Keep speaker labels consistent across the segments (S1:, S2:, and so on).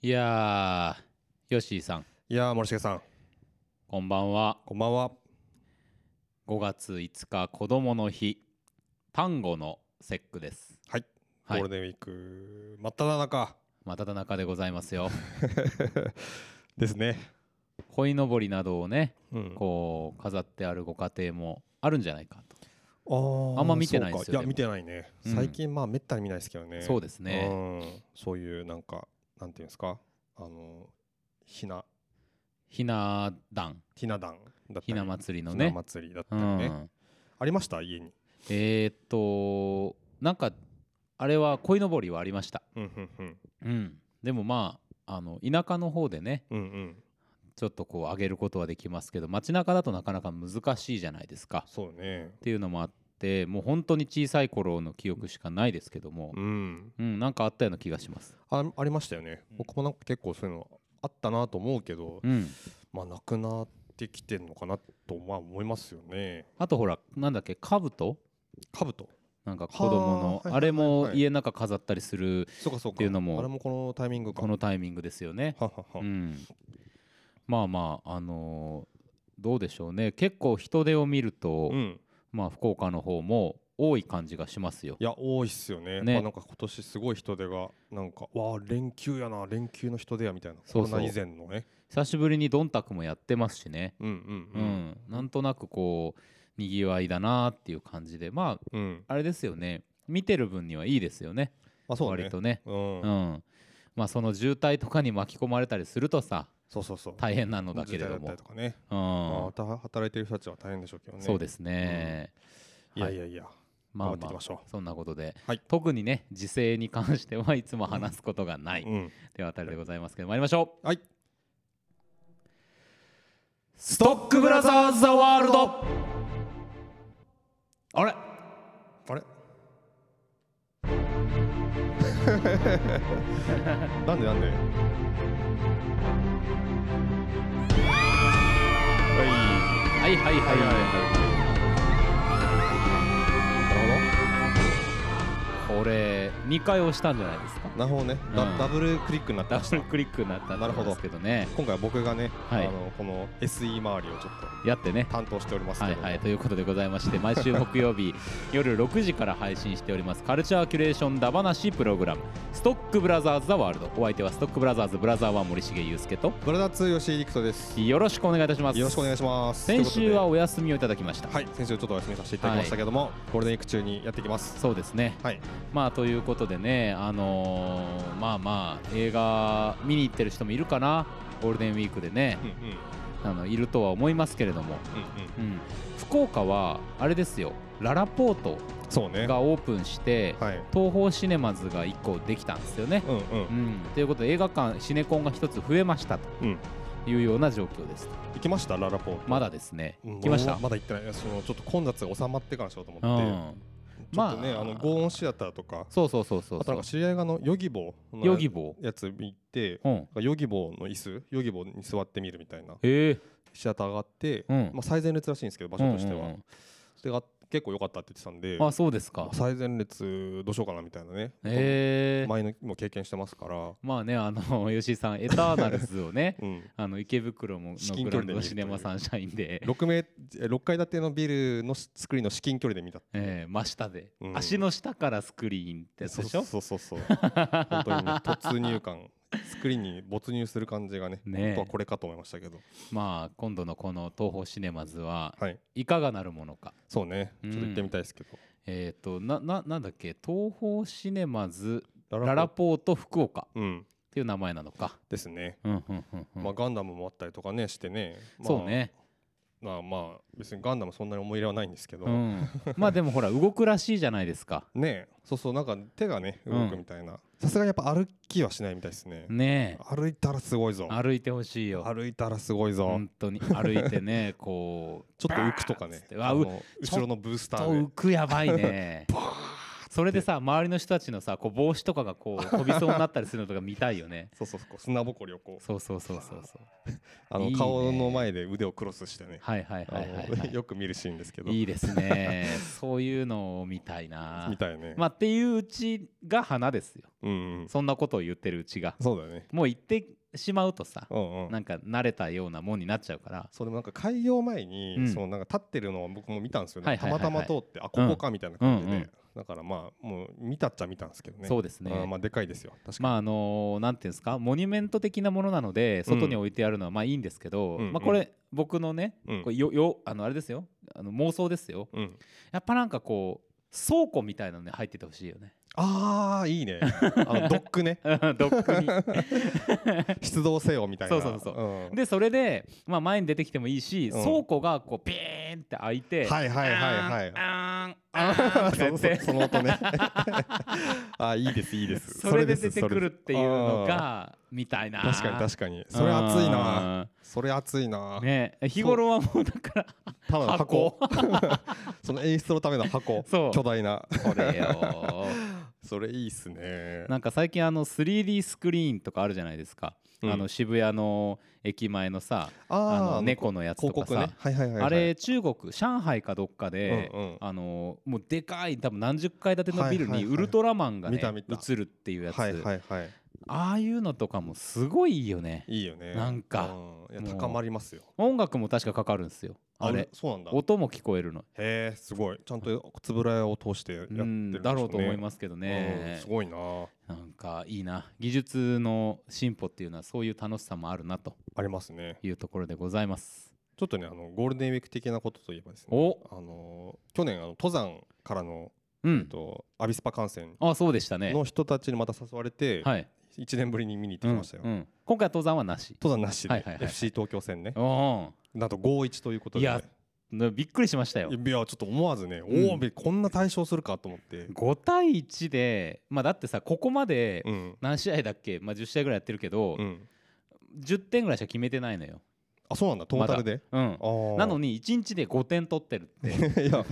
S1: いやー、ヨッシーさん、
S2: いやー森重さん
S1: こんばんは。
S2: こんばんは
S1: 5月5日、子供の日、端午の節句です。
S2: はい、
S1: はい
S2: ゴールデンウィーク真っ只中
S1: まただ中でございます よ。
S2: ですね、
S1: 鯉のぼりなどをね、
S2: うん、
S1: こう飾ってあるご家庭もあるんじゃないかと。
S2: あー
S1: あんま見てないんですよ
S2: そ
S1: で
S2: うかいや
S1: も
S2: 見てないね、
S1: うん
S2: 最近まあめったに見ないですけどね
S1: そう
S2: で
S1: ですね。
S2: そういうなんかなんていうんですかあのひな
S1: ひな壇、
S2: ひな壇だったり
S1: ひな祭りの
S2: ひな
S1: ね。
S2: 祭りだった
S1: う
S2: りね、
S1: ん、
S2: ありました家に
S1: えー、っと、なんか、あれは鯉のぼりはありました。
S2: うんうんうん
S1: うん、でもまああの田舎の方でね
S2: うんうん
S1: ちょっとこう上げることはできますけど街中だとなかなか難しいじゃないですか。
S2: そうね
S1: っていうのもあってもう本当に小さい頃の記憶しかないですけども
S2: う、ん
S1: うん、なんかあったような気がします。
S2: あありましたよね
S1: うん
S2: 僕もなんか結構そういうのあったなと思うけど、
S1: うん、
S2: まあなくなってきてるのかなとまあ思いますよね
S1: あとほらなんだっけ兜
S2: 兜
S1: なんか子供の
S2: はあはいはいはいはい
S1: あれも家の中飾ったりする
S2: そうかそう
S1: っ
S2: か
S1: ていうのも
S2: あれもこのタイミングか
S1: このタイミングですよね。
S2: ははは、
S1: うん、まあまああのーどうでしょうね結構人手を見ると、
S2: うん
S1: まあ、福岡の方も多い感じがしますよ
S2: い。や多いっすよね
S1: ね
S2: やっぱなんか今年すごい人手がなんかわあ連休やな連休の人手やみたいな
S1: そうそう
S2: コロナ以前のね
S1: 久しぶりにドンタクもやってますしね、
S2: うん
S1: う
S2: うんん
S1: なんとなくこうにぎわいだなっていう感じでま
S2: うんうん
S1: ああれですよね見てる分にはいいですよね
S2: まあそうだね
S1: 割とね、
S2: うん、
S1: うんまあ、その渋滞とかに巻き込まれたりするとさ
S2: そうそうそう
S1: 大変なのだけれ
S2: 時
S1: ど
S2: 代った
S1: も
S2: り、とかね、
S1: う
S2: まあ
S1: ん
S2: また働いてる人たちは大変でしょうけどね
S1: そうですね、
S2: いやいやいや、
S1: まあ
S2: 頑張ってい
S1: ま
S2: きましょ
S1: あそんなことで、
S2: はい
S1: 特にね時勢に関してはいつも話すことがない、
S2: うん
S1: というあたりでございますけど参りましょう
S2: はい
S1: ストックブラザーズ・ザ・ワールドあれ
S2: あれなんでなんではい
S1: はいはいはい
S2: はいはいは
S1: これ2回押したんじゃないです か
S2: いなるほどなるほどね、ダ
S1: うん
S2: ダブルクリックになって
S1: ダ
S2: まし
S1: ブ
S2: た
S1: ルクリックになったん
S2: なるほど
S1: ですけどね
S2: 今回僕がね、
S1: はい
S2: あのこの SE 周りをちょっと
S1: やってね
S2: 担当しておりますけ
S1: は
S2: ど
S1: い
S2: も、
S1: はいということでございまして毎週木曜 日夜6時から配信しておりますカルチャーキュレーションダバナシプログラムストックブラザーズ・ザ・ワールドお相手はストックブラザーズブラザー1森重裕介と
S2: ブラザー2吉井陸斗ですよ
S1: よろしくお願いいたします
S2: ろしくお願いします
S1: 先週は
S2: というこ
S1: お休みをいただきました、
S2: とではい先週ちょっとお休みさせていただきましたけども、ゴールデンウィーク中にやっていきます
S1: そうですね
S2: はい
S1: まあということでねあのーまあまあ映画見に行ってる人もいるかなゴールデンウィークでね
S2: うんうんうんうん
S1: あのいるとは思いますけれども、うん、福岡はあれですよララポート
S2: そうね
S1: がオープンして
S2: はい
S1: 東宝シネマズが1個できたんですよね、
S2: うんうん
S1: うん、ということで映画館シネコンが1つ増えましたと
S2: うん
S1: いうような状況です
S2: 行きましたララポート
S1: まだですね
S2: うん
S1: 行きまし
S2: 俺
S1: た
S2: はまだ行ってないそのちょっと混雑が収まってからしようと思
S1: う
S2: って、
S1: ん
S2: ちょっとね、
S1: まあ
S2: あ、のゴーンシアターとか
S1: そうそうそうそう
S2: あとなんか知り合いがあのヨギボーの
S1: ヨギボ
S2: やつ見て
S1: ーうん
S2: なんかヨギボーの椅子ヨギボーに座ってみるみたいな
S1: へえ
S2: シアターがあって、
S1: うん
S2: まあ、最前列らしいんですけど場所としては、
S1: うんうんうん
S2: それが結構良かったって言ってたんで
S1: あそうですか。
S2: 最前列どうしようかなみたいなね、
S1: えー、
S2: 前のも経験してますから、
S1: まあねあの 吉井さんエターナルズをね
S2: うん、
S1: あの池袋も
S2: 至
S1: の
S2: 近
S1: グ
S2: 距
S1: ラ
S2: 離
S1: ン
S2: で
S1: ドシネマサンシャインで、
S2: 6, 名6階建てのビルのスクリーンの至近距離で見た
S1: えー真下で、
S2: うん
S1: 足の下からスクリーンってやつでしょ
S2: そうそうそうそう本当 にね突入感スクリーンに没入する感じがね
S1: ねえ
S2: 本当はこれかと思いましたけど
S1: まあ今度のこの東宝シネマズは
S2: はい
S1: いかがなるものか。
S2: そうね
S1: うん
S2: ちょっと行ってみたいですけど、
S1: えっ、となななんだっけ東宝シネマズラ
S2: ララ
S1: ラポート福岡っ
S2: うん
S1: ていう名前なのか。
S2: ですね、
S1: うんうんうんうん
S2: まあガンダムもあったりとかねしてね、まあ、
S1: そうね、
S2: まあまあ別にガンダムそんなに思い入れはないんですけど、
S1: うん、まあでもほら動くらしいじゃないです か
S2: ねえそうそうなんか手がね
S1: うん
S2: 動くみたいなさすがにやっぱ歩きはしないみたいですね
S1: ね
S2: 歩いたらすごいぞ
S1: え歩いてほしいよ
S2: 歩いたらすごいぞ
S1: 本当に歩いてねこう
S2: ちょっと浮くとか
S1: バーッつ
S2: ね
S1: ってうわ
S2: あ
S1: う
S2: の後ろのブースタ
S1: ちょっと
S2: ー
S1: 浮
S2: で
S1: くやばいね
S2: バーッ
S1: それでさ周りの人たちのさこう帽子とかがこ う飛びそうになったりするのとか見たいよね
S2: そうそうそうこう砂ぼこりをこう
S1: そうそうそうそうそう
S2: あ
S1: いい
S2: の
S1: ね
S2: 顔の前で腕をクロスしてね
S1: はいはいはいはい、
S2: あ
S1: は
S2: の よく見るシーンですけど
S1: い、いいですねそういうのを見たいな
S2: みたいね、
S1: まあっていううちが花ですよ
S2: うんうん
S1: そんなことを言ってるうちが
S2: そうだよね
S1: もう言ってしまうとさ
S2: うんう
S1: なんんか慣れたようなもんになっちゃうから
S2: それもなんか開業前に、
S1: うん
S2: そのなんか立ってるのを僕も見たんですよね、
S1: はいはいはいはい
S2: たまたま通ってあここかみたいな感じで、
S1: うんうん
S2: だからまあもう見たっちゃ見たんですけどね
S1: そうですね
S2: あーまあでかいですよ確かに、
S1: まああのなんていうんですかモニュメント的なものなので外に置いてあるのはまあいいんですけど、
S2: うん
S1: まあ、これ僕のね、
S2: うん
S1: これよよあのあれですよあの妄想ですよ
S2: うん、
S1: やっぱなんかこう倉庫みたいなのに入っててほしいよね
S2: あーいいねあのドックね
S1: ドックに。
S2: 出動せよみたいな、
S1: そうそうそう
S2: ん
S1: でそれで、まあ、前に出てきてもいいし、
S2: うん
S1: 倉庫がこうビーンって開いて
S2: はいはいはいはい
S1: あーんあー
S2: あ
S1: んあーんってや
S2: ー そ
S1: っ
S2: うそう
S1: て
S2: その音ね あいいですいいです
S1: それで出
S2: す
S1: てくるっ
S2: それです
S1: ていうのがみたいな
S2: 確かに確かにそれ熱いなそれ熱いな、
S1: うんね日頃はもうだから
S2: ただの箱 その演出のための箱
S1: そう
S2: 巨大な
S1: これよ
S2: それいいっすね
S1: なんか最近あの 3D スクリーンとかあるじゃないですか、
S2: うん
S1: あの渋谷の駅前のさあの猫のやつと
S2: 広
S1: かさ、
S2: 告ねはいはいはいはい
S1: あれ中国上海かどっかで、
S2: うんうん
S1: あのもうでかい多分何十階建てのビル
S2: はい
S1: に
S2: はいはい
S1: ウルトラマンがね
S2: 見た見た
S1: 映るっていうやつ、
S2: はいはいはい
S1: ああいうのとかもすごいいいよね
S2: いいよね
S1: なんか
S2: うんいや
S1: もう
S2: 高まりますよ
S1: 音楽も確かかかるんですよあれ
S2: そうなんだ
S1: 音も聞こえるの、
S2: へえすごいちゃんとつぶらやを通してやって
S1: う
S2: るん
S1: ん
S2: でしょね
S1: だろうと思いますけど
S2: うん
S1: ね
S2: す、ごいな
S1: なんかいいな技術の進歩っていうのはそういう楽しさもあるなと
S2: ありますね
S1: いうところでございます
S2: ちょっとねあのゴールデンウィーク的なことといえばですね
S1: お
S2: あのー去年あの登山からの
S1: う
S2: えっ
S1: ん
S2: とアビスパ観戦
S1: あそうでしたね
S2: の人たちにまた誘われて
S1: はい
S2: 1年ぶりに見に行ってきましたよ
S1: うんうん今回は登山はなし
S2: 登山なしで
S1: はいはいはい
S2: FC 東京戦ね
S1: お
S2: なんと5-1ということ
S1: い
S2: でね
S1: やーびっくりしましたよ
S2: いやちょっと思わずね
S1: うん
S2: おおこんな対象するかと思って
S1: 5対1で、まあ、だってさここまで
S2: うん
S1: 何試合だっけ、まあ、10試合ぐらいやってるけど、
S2: うん
S1: 10点ぐらいしか決めてないのよ、
S2: あそうなんだトータルで
S1: うん、な
S2: な
S1: のに1日で5点取ってるって
S2: いや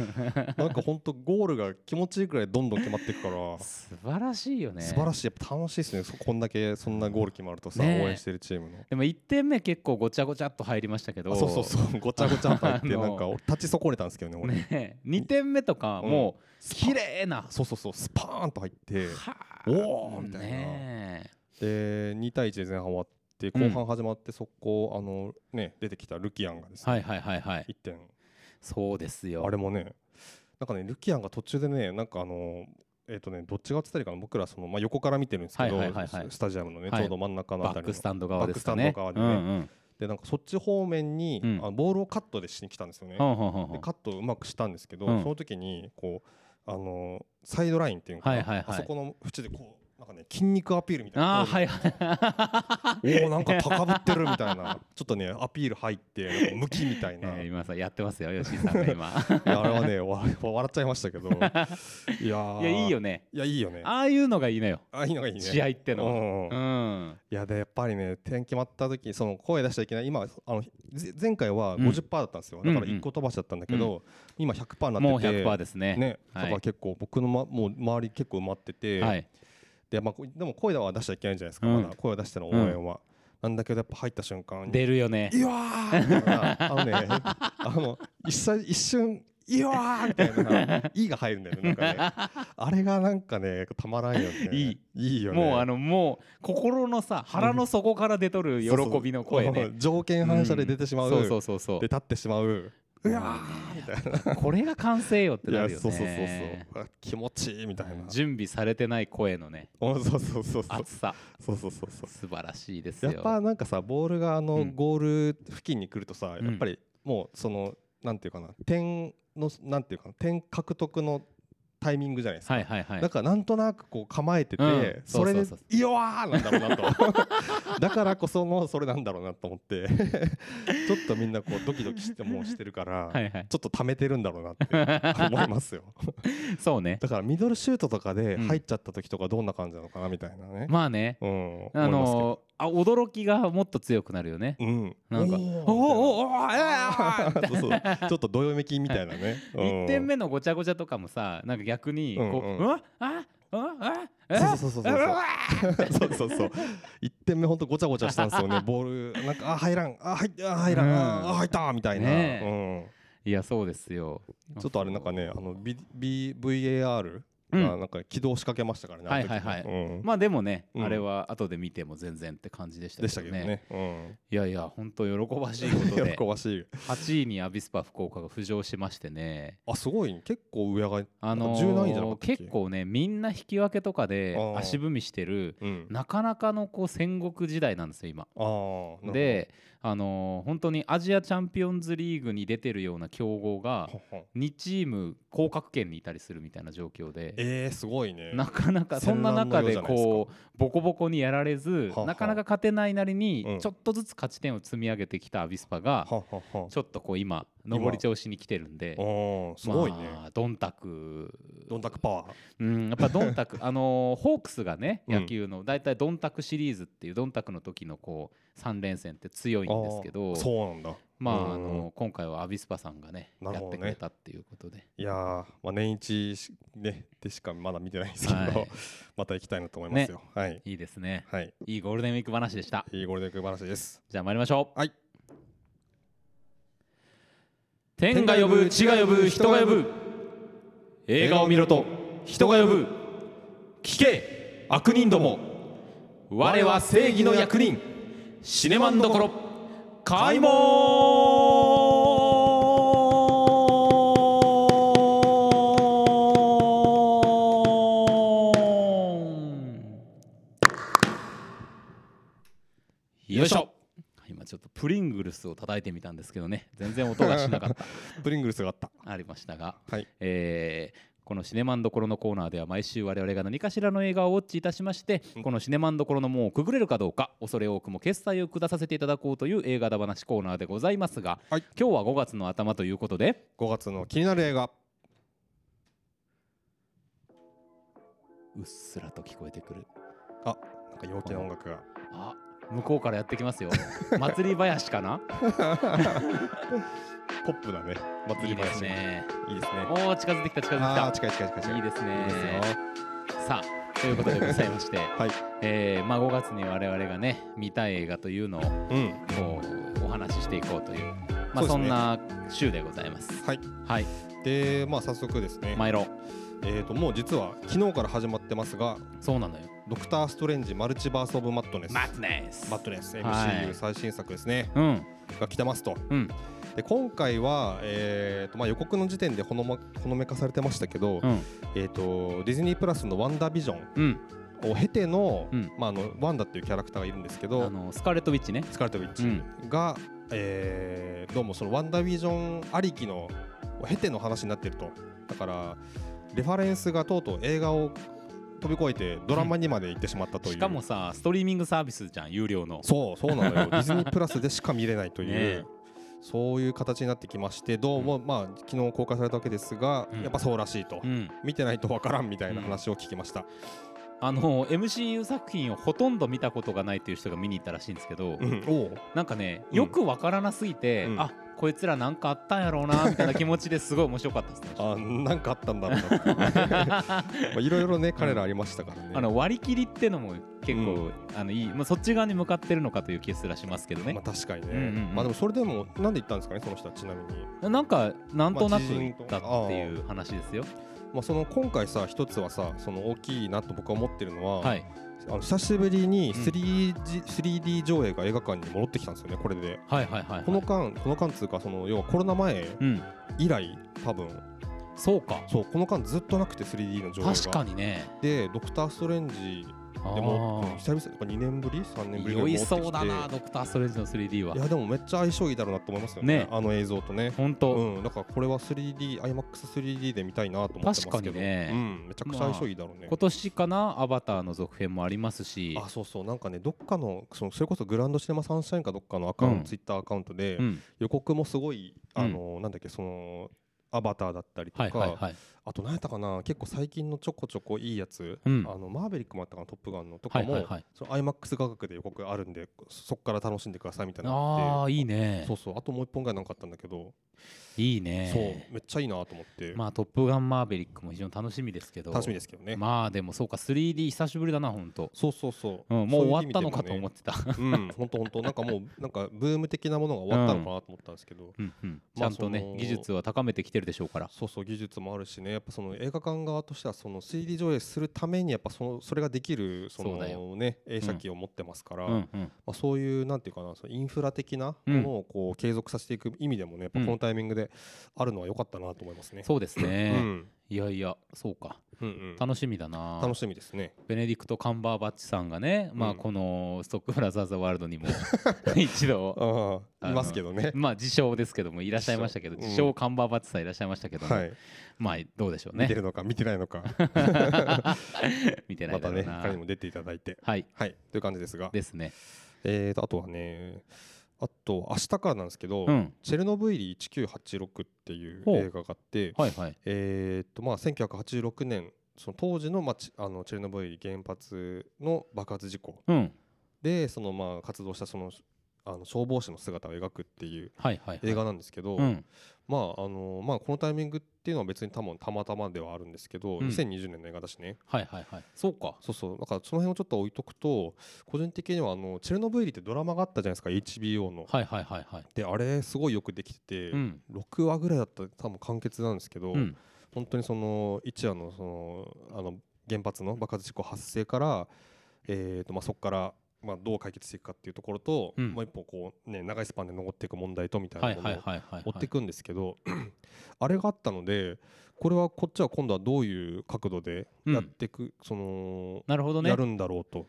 S2: なんかほんとゴールが気持ちいいくらいどんどん決まっていくから
S1: 素晴らしいよね
S2: 素晴ら
S1: しい
S2: しいやっぱ楽しいですねそこんだけそんなゴール決まるとさ応
S1: ねえ
S2: 援してるチームの
S1: でも1点目結構ごちゃごちゃっと入りましたけど
S2: あそうそうそうごちゃごちゃ入っ て
S1: あの
S2: なんか俺立ち損ねたんですけどね俺
S1: ね、2点目とかはもう綺麗な、
S2: そうそうそうスパーンと入って
S1: はあ
S2: おーみたいな
S1: ねえ
S2: で2対1で前半終わって後半始まって速攻あのね出てきたルキアンがですね
S1: はいはいはいはい
S2: 1点
S1: そうですよ
S2: あれもねなんかねルキアンが途中でねなんかあのえっとねどっちがってたりかな僕らそのまあ横から見てるんですけど
S1: はいはいはいはい
S2: スタジアムのね
S1: はい
S2: ちょうど真ん中のあ
S1: バ
S2: た
S1: ッ
S2: りの
S1: クスタンド側ですか
S2: バッ
S1: ね
S2: クスタンド側でね
S1: うんうん
S2: でなんかそっち方面に
S1: うん
S2: あのボールをカットでしに来たんですよね
S1: ほんほんほんほ
S2: で
S1: ん
S2: カットをうまくしたんですけど、
S1: うん
S2: その時にこうあのーサイドラインっていうのかな、
S1: はいはいはい
S2: あそこの縁でこうなんかね筋肉アピールみたいな
S1: ああーはいはい
S2: おおなんか高ぶってるみたいな ちょっとねアピール入ってなんか向きみたいな、
S1: えー今さやってますよ吉井さんが今
S2: いやあれはねわ笑っちゃいましたけどいやー
S1: いやいいよね
S2: いやいいよねあ
S1: ああいうのがいいのよ
S2: いいのがいいね
S1: 試合って
S2: う
S1: の
S2: んうん
S1: う
S2: い
S1: ん
S2: やでやっぱりね点決まった時その声出しちゃいけない今あのぜ前回は
S1: うん
S2: 50%だったんですよ、だから1個飛ばしちゃったんだけど、今100%になってて
S1: もう100%ですね
S2: ね、
S1: はい
S2: だから結構僕の、ま、もう周り結構埋まってて、
S1: はい
S2: でまあ、こでも声は出しちゃいけないじゃないですか、
S1: うん
S2: まだ声を出しての応援は、なんだけどやっぱ入った瞬間に
S1: 出るよね
S2: いやー!」みたいなあ のねあの一瞬一瞬「いやー!」みたいな 「い」が入るんだよねなんかねあれがなんかねたまらんよね
S1: いい
S2: いいよね
S1: もうあのもう心のさ腹の底から出とる喜びの声
S2: そうそ
S1: ね
S2: う 条件反射で出てしまう,、
S1: そうそうそうそう
S2: で立ってしまう「うやー!」みたいな
S1: これが完成よって
S2: い
S1: な
S2: や
S1: るよね
S2: そうそうそうそうあ気持ちいいみたいな
S1: 準備されてない声のね
S2: おそうそうそうそう
S1: 熱さ
S2: そうそうそうそう
S1: 素晴らしいです
S2: や
S1: よ
S2: っぱなんかさボールがあ
S1: う
S2: の
S1: ん
S2: ゴール付近に来るとさ、
S1: うん
S2: やっぱりもうそのなんていうかな点のなんていうかな点獲得のタイミングじゃないですか、
S1: はいはいはい
S2: だからなんとなくこう構えてて、
S1: うん
S2: それで
S1: そうそう
S2: いやーなんだろうなとだからこそのそれなんだろうなと思ってちょっとみんなこうドキドキしてもうしてるから、
S1: はいはい
S2: ちょっと溜めてるんだろうなって思いますよ
S1: そうね
S2: だからミドルシュートとかで
S1: うん
S2: 入っちゃった時とかどんな感じなのかなみたいなね、
S1: まあね
S2: うん、
S1: あ
S2: 思いますけど
S1: のあ驚きがもっと強くなるよね
S2: うん、
S1: なんか
S2: お
S1: お
S2: ー
S1: ーおーおーえー
S2: みたいなそうそうちょっとどよめきみたいなね、うん
S1: 1点目のごちゃごちゃとかもさなんか逆にこう、う
S2: うんうん
S1: わあああえ
S2: そうそうそうそう
S1: うわ
S2: そうそうそう1点目ほんとごちゃごちゃしたんで すよねボールなんかあ入らんあ入っあ入らん、
S1: うん
S2: ああ入ったみたいな、
S1: ね
S2: う
S1: いやそうですよ
S2: ん、ちょっとあれなんかねあの、B B、VAR
S1: う
S2: が
S1: ん
S2: なんか起動しかけましたからね、あの時ね
S1: はいはい
S2: うん
S1: まあでもね、
S2: うん
S1: あれは後で見ても全然って感じでしたけ
S2: で
S1: ど
S2: した
S1: ね
S2: けどね、
S1: いやいや本当喜ばしいこ
S2: う
S1: と
S2: ん、
S1: で
S2: 喜ばしい
S1: 8位にアビスパ福岡が浮上しましてね
S2: あすごい、ね、結構上上がり、
S1: あのー
S2: 十何位じゃなかったっけ
S1: 結構ねみんな引き分けとかで
S2: あー
S1: 足踏みしてる
S2: うん、
S1: なかなかのこう戦国時代なんですよ今。
S2: あーなる
S1: で、あのー本当にアジアチャンピオンズリーグに出てるような強豪が
S2: ほどほんほん
S1: 2チーム降格圏にいたりするみたいな状況で。
S2: えー、すごいね
S1: なかなかそん
S2: 戦
S1: な
S2: 乱の
S1: 中
S2: よう
S1: で
S2: じゃないですか
S1: こうボコボコにやられず
S2: はは
S1: なかなか勝てないなり
S2: う
S1: に
S2: ん
S1: ちょっとずつ勝ち点を積み上げてきたアビスパが
S2: はんはんはん
S1: ちょっとこう今上り調子に来てるんで
S2: あーすごいね、
S1: まあドンタク
S2: どんたくパワー
S1: うん、やっぱドンタ クあのーホークスがね
S2: うん
S1: 野球の大体ドンタクシリーズっていうドンタクの時のこう3連戦って強いんですけ
S2: あ
S1: ど
S2: ーそうなんだ
S1: まあ
S2: うん
S1: あのー今回はアビスパさんがね
S2: なる
S1: や
S2: ほ
S1: っ
S2: ど
S1: て
S2: ね
S1: くれたっていうことで
S2: いやー、まあ、年一し、ね、でしかまだ見てないんですけど、
S1: はい
S2: また行きたいなと思いますよ。はい。
S1: いいですね
S2: はい。
S1: いいゴールデンウィーク話でした
S2: いいゴールデンウィーク話です。
S1: じゃあ参りましょう
S2: はい
S1: 天が呼ぶ地が呼ぶ人が呼ぶ映画を見ろと人が呼ぶ聞け悪人ども我は正義の役人シネマンどころ開門よいしょ今ちょっとプリングルスを叩いてみたんですけどね全然音がしなかった
S2: プリングルスがあった。
S1: ありましたが
S2: はい。
S1: えーこのシネマンどころのコーナーでは毎週我々が何かしらの映画をウォッチいたしまして、このシネマンどころの門をくぐれるかどうか恐れ多くも決済を下させていただこうという映画だ話コーナーでございますが、
S2: はい
S1: 今日は5月の頭ということで
S2: 5月の気になる映画。
S1: うっすらと聞こえてくる
S2: あ、なんか陽気な音楽が。
S1: あ向こうからやってき ますよ祭り林かな
S2: ポップだね。祭
S1: いい
S2: り
S1: です
S2: 話が。
S1: ね
S2: いいですね。
S1: おお近づいてきた近
S2: あ
S1: づ
S2: あ、
S1: いて
S2: 近い近い近い
S1: き
S2: 近
S1: た
S2: い。
S1: いいですね
S2: いいですよ。
S1: さあということでございまして、
S2: はい。
S1: えーまあ、5月に我々がね見たい映画というのを
S2: うん。
S1: こうお話ししていこうという、まあ、そ
S2: そうですね
S1: んな週でございます。
S2: はい。
S1: はい、
S2: で、まあ、早速ですね。
S1: 参ろう。
S2: えっと、もう実は昨日から始まってますが、
S1: そうなのよ。
S2: ドクター・ストレンジ・マルチバース・オブ・マットネス。
S1: マ
S2: マ
S1: ットネス。
S2: ットネス。
S1: はい
S2: MCU 最新作ですね。
S1: うん、
S2: が来てますと。
S1: うん、
S2: で今回は、えーとまあ、予告の時点でほの,、ま、ほのめかされてましたけ
S1: う
S2: ど、
S1: ん、
S2: えー、とディズニープラスの「ワンダービジョン
S1: うん。」
S2: を経ての,、
S1: うん
S2: まあ、あのワンダっていうキャラクターがいるんです
S1: あ
S2: けど
S1: のスカーレットウィッチね。
S2: スカーレット・ウィッ
S1: う
S2: チ
S1: ん、
S2: が、えーどうもその「ワンダービジョン」ありきのを経ての話になってるとだからレファレンスがとうとう映画を飛び越えてドラマにまで行ってしまったという、
S1: しかもさ、ストリーミングサービスじゃん、有料の。
S2: そうそうな のよディズニープラスでしか見れないという、
S1: ねえ
S2: そういう形になってきましてどうも、まあ昨日公開されたわけですが、
S1: うん
S2: やっぱそうらしいと、
S1: うん、
S2: 見てないとわからんみたいな話を聞きました、
S1: あの MCU 作品をほとんど見たことがないという人が見に行ったらしいんですけど、
S2: うんおう
S1: なんかね
S2: うん
S1: よくわからなすぎて、
S2: うん。
S1: あこいつらなんかあったんやろうなみたいな気持ちですごい面白かったですね
S2: あなんかあったんだろうなっていうまあいろいろね彼らありましたからね、
S1: あの割り切りってのも結構、
S2: う
S1: あのいい、まあ、そっち側に向かってるのかという気すらしますけどね
S2: まあ、確かにね、
S1: うんうんうん
S2: まあでもそれでもなんで言ったんですかねその人はちなみに、
S1: なんかなんとなく
S2: まあ知
S1: 行
S2: 人
S1: っ
S2: と
S1: たっていう話ですよ。
S2: まあ、その今回さ一つはさその大きいなと僕は思ってるのは、
S1: はい
S2: あの久しぶりに
S1: うん
S2: 3D,、3D 上映が映画館に戻ってきたんですよねこれで。
S1: はいはいはいはい。
S2: この間、この間つうかその要はコロナ前
S1: うん、
S2: 以来多分
S1: そうか
S2: そうこの間ずっとなくて 3D の上映が
S1: 確かにね。
S2: でドクター・ストレンジでもうん
S1: あ
S2: 久々やっぱ2年ぶり3年ぶりぐら
S1: 良
S2: い
S1: い
S2: に戻って
S1: そ
S2: き
S1: う
S2: て。
S1: だなドクター・ストレンジの 3D はい
S2: やでもめっちゃ相性いいだろうなと思いますよね
S1: ね
S2: あの映像とね
S1: 本当、
S2: うんだからこれは 3DiMAX3D で見たいなと思ってますけど
S1: 確かにね
S2: うんめちゃくちゃ相性いいだろうね、
S1: 今年かなアバターの続編もありますし。
S2: あそうそうなんかねどっかのそのそれこそグランドシネマサンシャインかどっかのアカウント、
S1: うん
S2: ツイッターアカウントで、
S1: うん、
S2: 予告もすごいあの、なんだっけそのアバターだったりと
S1: は
S2: か、
S1: いはいはい。
S2: あと何やったかな結構最近のちょこちょこいいやつ、
S1: うん
S2: あのマーベリックもあったかな「トップガンの」と
S1: はい
S2: かも、
S1: はいはい
S2: その IMAX 価格で予告あるんでそこから楽しんでくださいみたいなの
S1: あ
S2: あっ
S1: あいい
S2: て
S1: ね
S2: そうそうあともう一本ぐらいなんかあったんだけど、
S1: いい
S2: そう
S1: ね
S2: めっちゃいいなと思って、
S1: まあ「トップガンマーヴェリック」も非常に楽しみですけど
S2: 楽しみですすけどね、
S1: まあでもそうか 3D 久しぶりだなほんと
S2: そうそうそう、
S1: うんもう終わったのかと思
S2: っ
S1: って てた
S2: うん本当本当なんかもうなんかブーム的なものが終わったのかなと思ったんですけど、
S1: うんうんち
S2: ま
S1: ゃ
S2: あ
S1: んと
S2: そ
S1: ね
S2: の
S1: 技術は高めてきてるでしょうから
S2: そうそう技術もあるしねやっぱその映画館側としてはその 3D 上映するためにやっぱそのそれができるそ
S1: そうだ
S2: のね映写機を持ってますから、
S1: う
S2: ま
S1: んうん
S2: あそういうなんていうかなそのインフラ的なものをこう継続させていく意味でもねやっぱこのタイミングであるのは良かったなと思いますね。
S1: そうです
S2: う
S1: ね
S2: ん
S1: いやいやそうか
S2: うんうん
S1: 楽しみだな
S2: 楽しみですね。
S1: ベネディクト・カンバーバッチさんがね、まあ、
S2: うん
S1: この「ストックブラザーズ・ワールド」にも 一 度あ
S2: ああ
S1: の
S2: いますけどね。
S1: まあ自称ですけどもいらっしゃいましたけど
S2: 自称
S1: 自称カンバーバッチさんいらっしゃいましたけども、
S2: はい、
S1: まあどうでしょう
S2: 見
S1: ね
S2: てる のか見てないのか
S1: 見てな
S2: ま
S1: いだろ
S2: た
S1: う
S2: ね
S1: な、
S2: 彼にも出ていただいて
S1: はい
S2: はいという感じですが
S1: ですね
S2: えーとあとはねあと明日からなんですけど、
S1: うん
S2: チェルノブイリ1986っていう
S1: ほう
S2: 映画があって、
S1: はいはい
S2: えーとまあ、1986年その当時の,、まあ、ちあのチェルノブイリ原発の爆発事故
S1: うん
S2: でその、まあ、活動したそのあの消防士の姿を描くっていう
S1: はいはいはい
S2: 映画なんですけど、
S1: うん
S2: まああのまあ、このタイミングっていうのは別に多分たまたまではあるんですけど、
S1: うん
S2: 2020年の映画だしね
S1: はいはいはいそうか
S2: そうそうだからその辺をちょっと置いとくと個人的にはあのチェルノブイリってドラマがあったじゃないですか HBO の。
S1: はいはいはいはい
S2: であれすごいよくできてて、
S1: うん
S2: 6話ぐらいだったら多分完結なんですけど、
S1: うん
S2: 本当にその一夜のそのあの原発の爆発事故発生から、えーとまあ、そこから、まあ、どう解決していくかっていうところと、
S1: うん
S2: もう一本こう、ね、長いスパンで残っていく問題とみたい
S1: は
S2: ないも
S1: はい
S2: のを
S1: はいはい
S2: 追っていくんですけど、 あれがあったのでこれはこっちは今度はどういう角度でやっていく、その
S1: なるほどね
S2: やるんだろうと。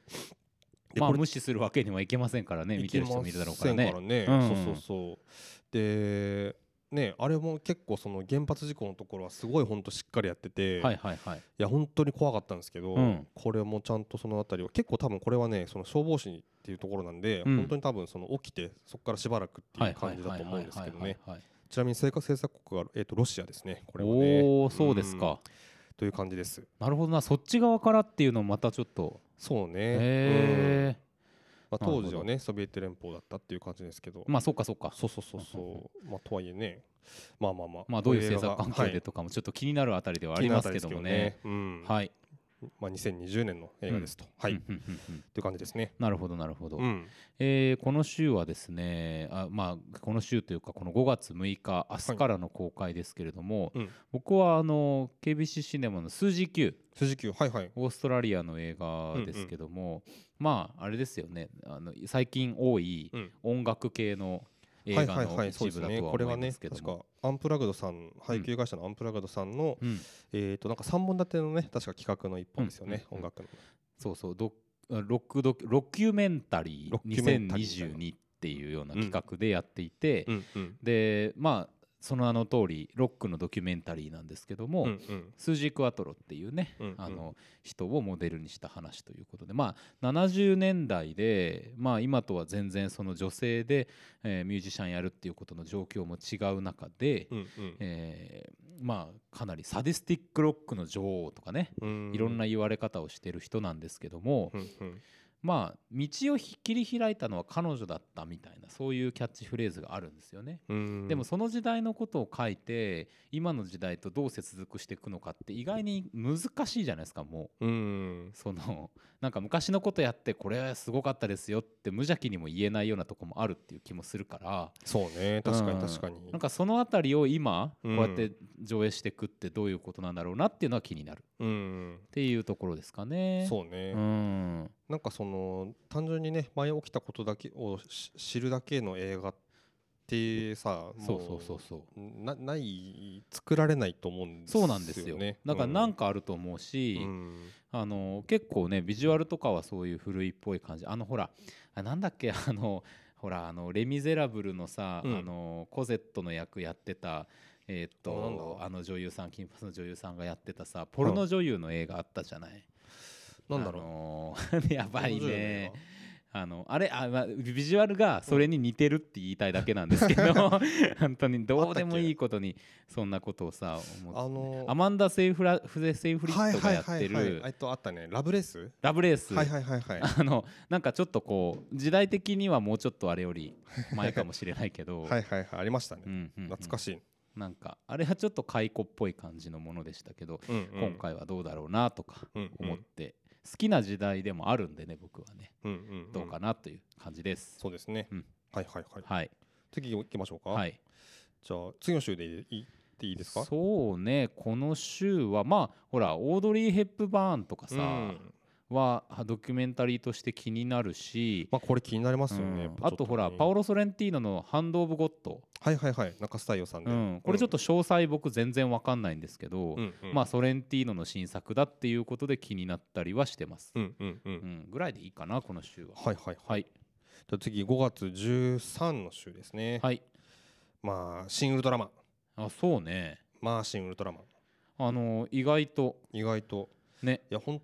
S2: で
S1: まあ
S2: これ
S1: 無視するわけにはいけませんからね見てる人もいるだろうから
S2: い
S1: ね
S2: けませんからね
S1: うん
S2: そうそうそうでねあれも結構その原発事故のところはすごい本当しっかりやってて、
S1: はい
S2: い、
S1: はいはい
S2: や本当に怖かったんですけど、
S1: うん
S2: これもちゃんとそのあたりを結構多分これはねその消防士っていうところなんで、
S1: うん
S2: 本当に多分その起きてそこからしばらくって
S1: はいいう
S2: 感じだと思うんですけどねちなみに制作制作国が、えー、とロシアですねこれはね
S1: おおーそうです
S2: うん
S1: か
S2: という感じです
S1: なるほどなそっち側からっていうのもまたちょっと
S2: そうね、うん
S1: へえ
S2: まあ、
S1: なるほ
S2: 当
S1: ど
S2: 時はねソビエト連邦だったっていう感じですけど
S1: まあそっかそっか
S2: そうそうそうそう。まあとはいえね、まあまあまあ。
S1: まあどういう政
S2: こ
S1: 策関
S2: 映画が
S1: 係でとかもちょっと気になるあたりではありますけどもね。
S2: はい気になったりですけどね
S1: はい
S2: うん。まあ2020年の映画ですと。は
S1: う
S2: い。
S1: ん
S2: と
S1: うんうんうん
S2: いう感じですね。
S1: なるほどなるほど
S2: うん。
S1: えーこの週はですねあまあこの週というかこの5月6日明日からの公開ですけれども
S2: うん。
S1: 僕はあの KBC シネマの数字9
S2: 筋球はいはい。
S1: オーストラリアの映画ですけどもまああれですよねあの最近多い
S2: うん。
S1: 音楽系の映
S2: はいは
S1: 画
S2: いは
S1: の
S2: い。そう
S1: 一
S2: です
S1: 部だ
S2: ね。
S1: とは
S2: これ
S1: 思
S2: はい
S1: ま
S2: ね
S1: すけど
S2: 確
S1: も
S2: かアンプラグドさん配給会社のアンプラグドさんの
S1: うん
S2: えっとなんか三本立てのね確か企画の一本ですよね
S1: うん
S2: 音楽の。
S1: そうそうドロックドキロキュメンタリ
S2: ロ
S1: ー
S2: キュメンタリーみたいな
S1: 2022っていうような企画でやっていて、
S2: うんうん。
S1: でまあその名の通りロックのドキュメンタリーなんですけども、
S2: うんうん。
S1: スージー・クワトロっていうね、
S2: うんうん
S1: あの人をモデルにした話ということで、まあ、70年代で、まあ、今とは全然その女性で、えーミュージシャンやるっていうことの状況も違う中で、
S2: うんうん
S1: えーまあ、かなりサディスティックロックの女王とかね、
S2: うん。
S1: いろんな言われ方をしてる人なんですけども、
S2: うんうん。
S1: まあ道をひ切り開いたのは彼女だったみたいなそういうキャッチフレーズがあるんですよね。
S2: うん。
S1: でもその時代のことを書いて今の時代とどう接続していくのかって意外に難しいじゃないですかも
S2: うん
S1: う。そのなんか昔のことやってこれはすごかったですよって無邪気にも言えないようなとこもあるっていう気もするから
S2: そうね確か
S1: う
S2: に
S1: ん
S2: 確かに
S1: なん。かその辺りを今こ
S2: う
S1: うんやって上映していくってどういうことなんだろうなっていうのは気になるっ
S2: うん。
S1: ていうところですかね。
S2: そうね。
S1: うん
S2: なんかその単純にね前起きたことだけをし知るだけの映画ってさ
S1: そうそうそうそう
S2: うなない作られないと思うんです
S1: そう
S2: よね
S1: なんですよ。だからなんかあると思う
S2: う
S1: し、
S2: ん
S1: あの結構ねビジュアルとかはそういう古いっぽい感じ。あのほらあなんだっけ あのほらあのレミゼラブルのさ、
S2: うん
S1: あのコゼットの役やってた。えーっと
S2: あ
S1: あの女優さん金髪の女優さんがやってたさポルノ女優の映画あったじゃない、
S2: なんだろう、
S1: あのーやばいね
S2: ポ
S1: あのあれあ、まあ、ビジュアルがそれに似てるって言いたいだけなんですけど 本当にどうでもいいことにそんなことをさ思って
S2: あのー
S1: アマンダ・セイフラフゼセイフリットがやって
S2: はいはいはい
S1: る
S2: はいえっとあったねラブレース
S1: ラブレース、
S2: はいはいはいはいは
S1: あのなんかちょっとこう時代的にはもうちょっとあれより前かもしれないけど、
S2: い はいはいありましたね、
S1: うんうんうん
S2: 懐かしい、
S1: なんかあれはちょっと解雇っぽい感じのものでしたけど、
S2: うんうん
S1: 今回はどうだろうなとか
S2: うんうん
S1: 思って、好きな時代でもあるんでね僕はね
S2: うんうんん
S1: どうかなという感じです、
S2: そうですね、
S1: うん
S2: はいはいはい
S1: はい
S2: 次行きましょうか、
S1: はい
S2: じゃあ次の週でいいいっていいですか
S1: そうねこの週はまあほらオードリー・ヘップバーンとかさ、
S2: うん
S1: はドキュメンタリーとして気になるし、
S2: まあこれ気になりますよ
S1: うん
S2: ね、やっぱ
S1: あ
S2: ちょっね
S1: とほらパオロ・ソレンティーノの「ハンド・オブ・ゴッド
S2: はいはいはい中須太陽さ」んで、
S1: うん、これちょっと詳細僕全然わかんないんですけど、
S2: うんうん
S1: まあソレンティーノの新作だっていうことで気になったりはしてます、
S2: うんうんうん、
S1: うんぐらいでいいかなこの週は
S2: はいはい
S1: はい
S2: じゃあ次5月13の週ですね、
S1: はい
S2: まあ新ウルトラマン
S1: あそうね
S2: まあ新ウルトラマン
S1: あの意外と
S2: 意外と
S1: ね
S2: いやほん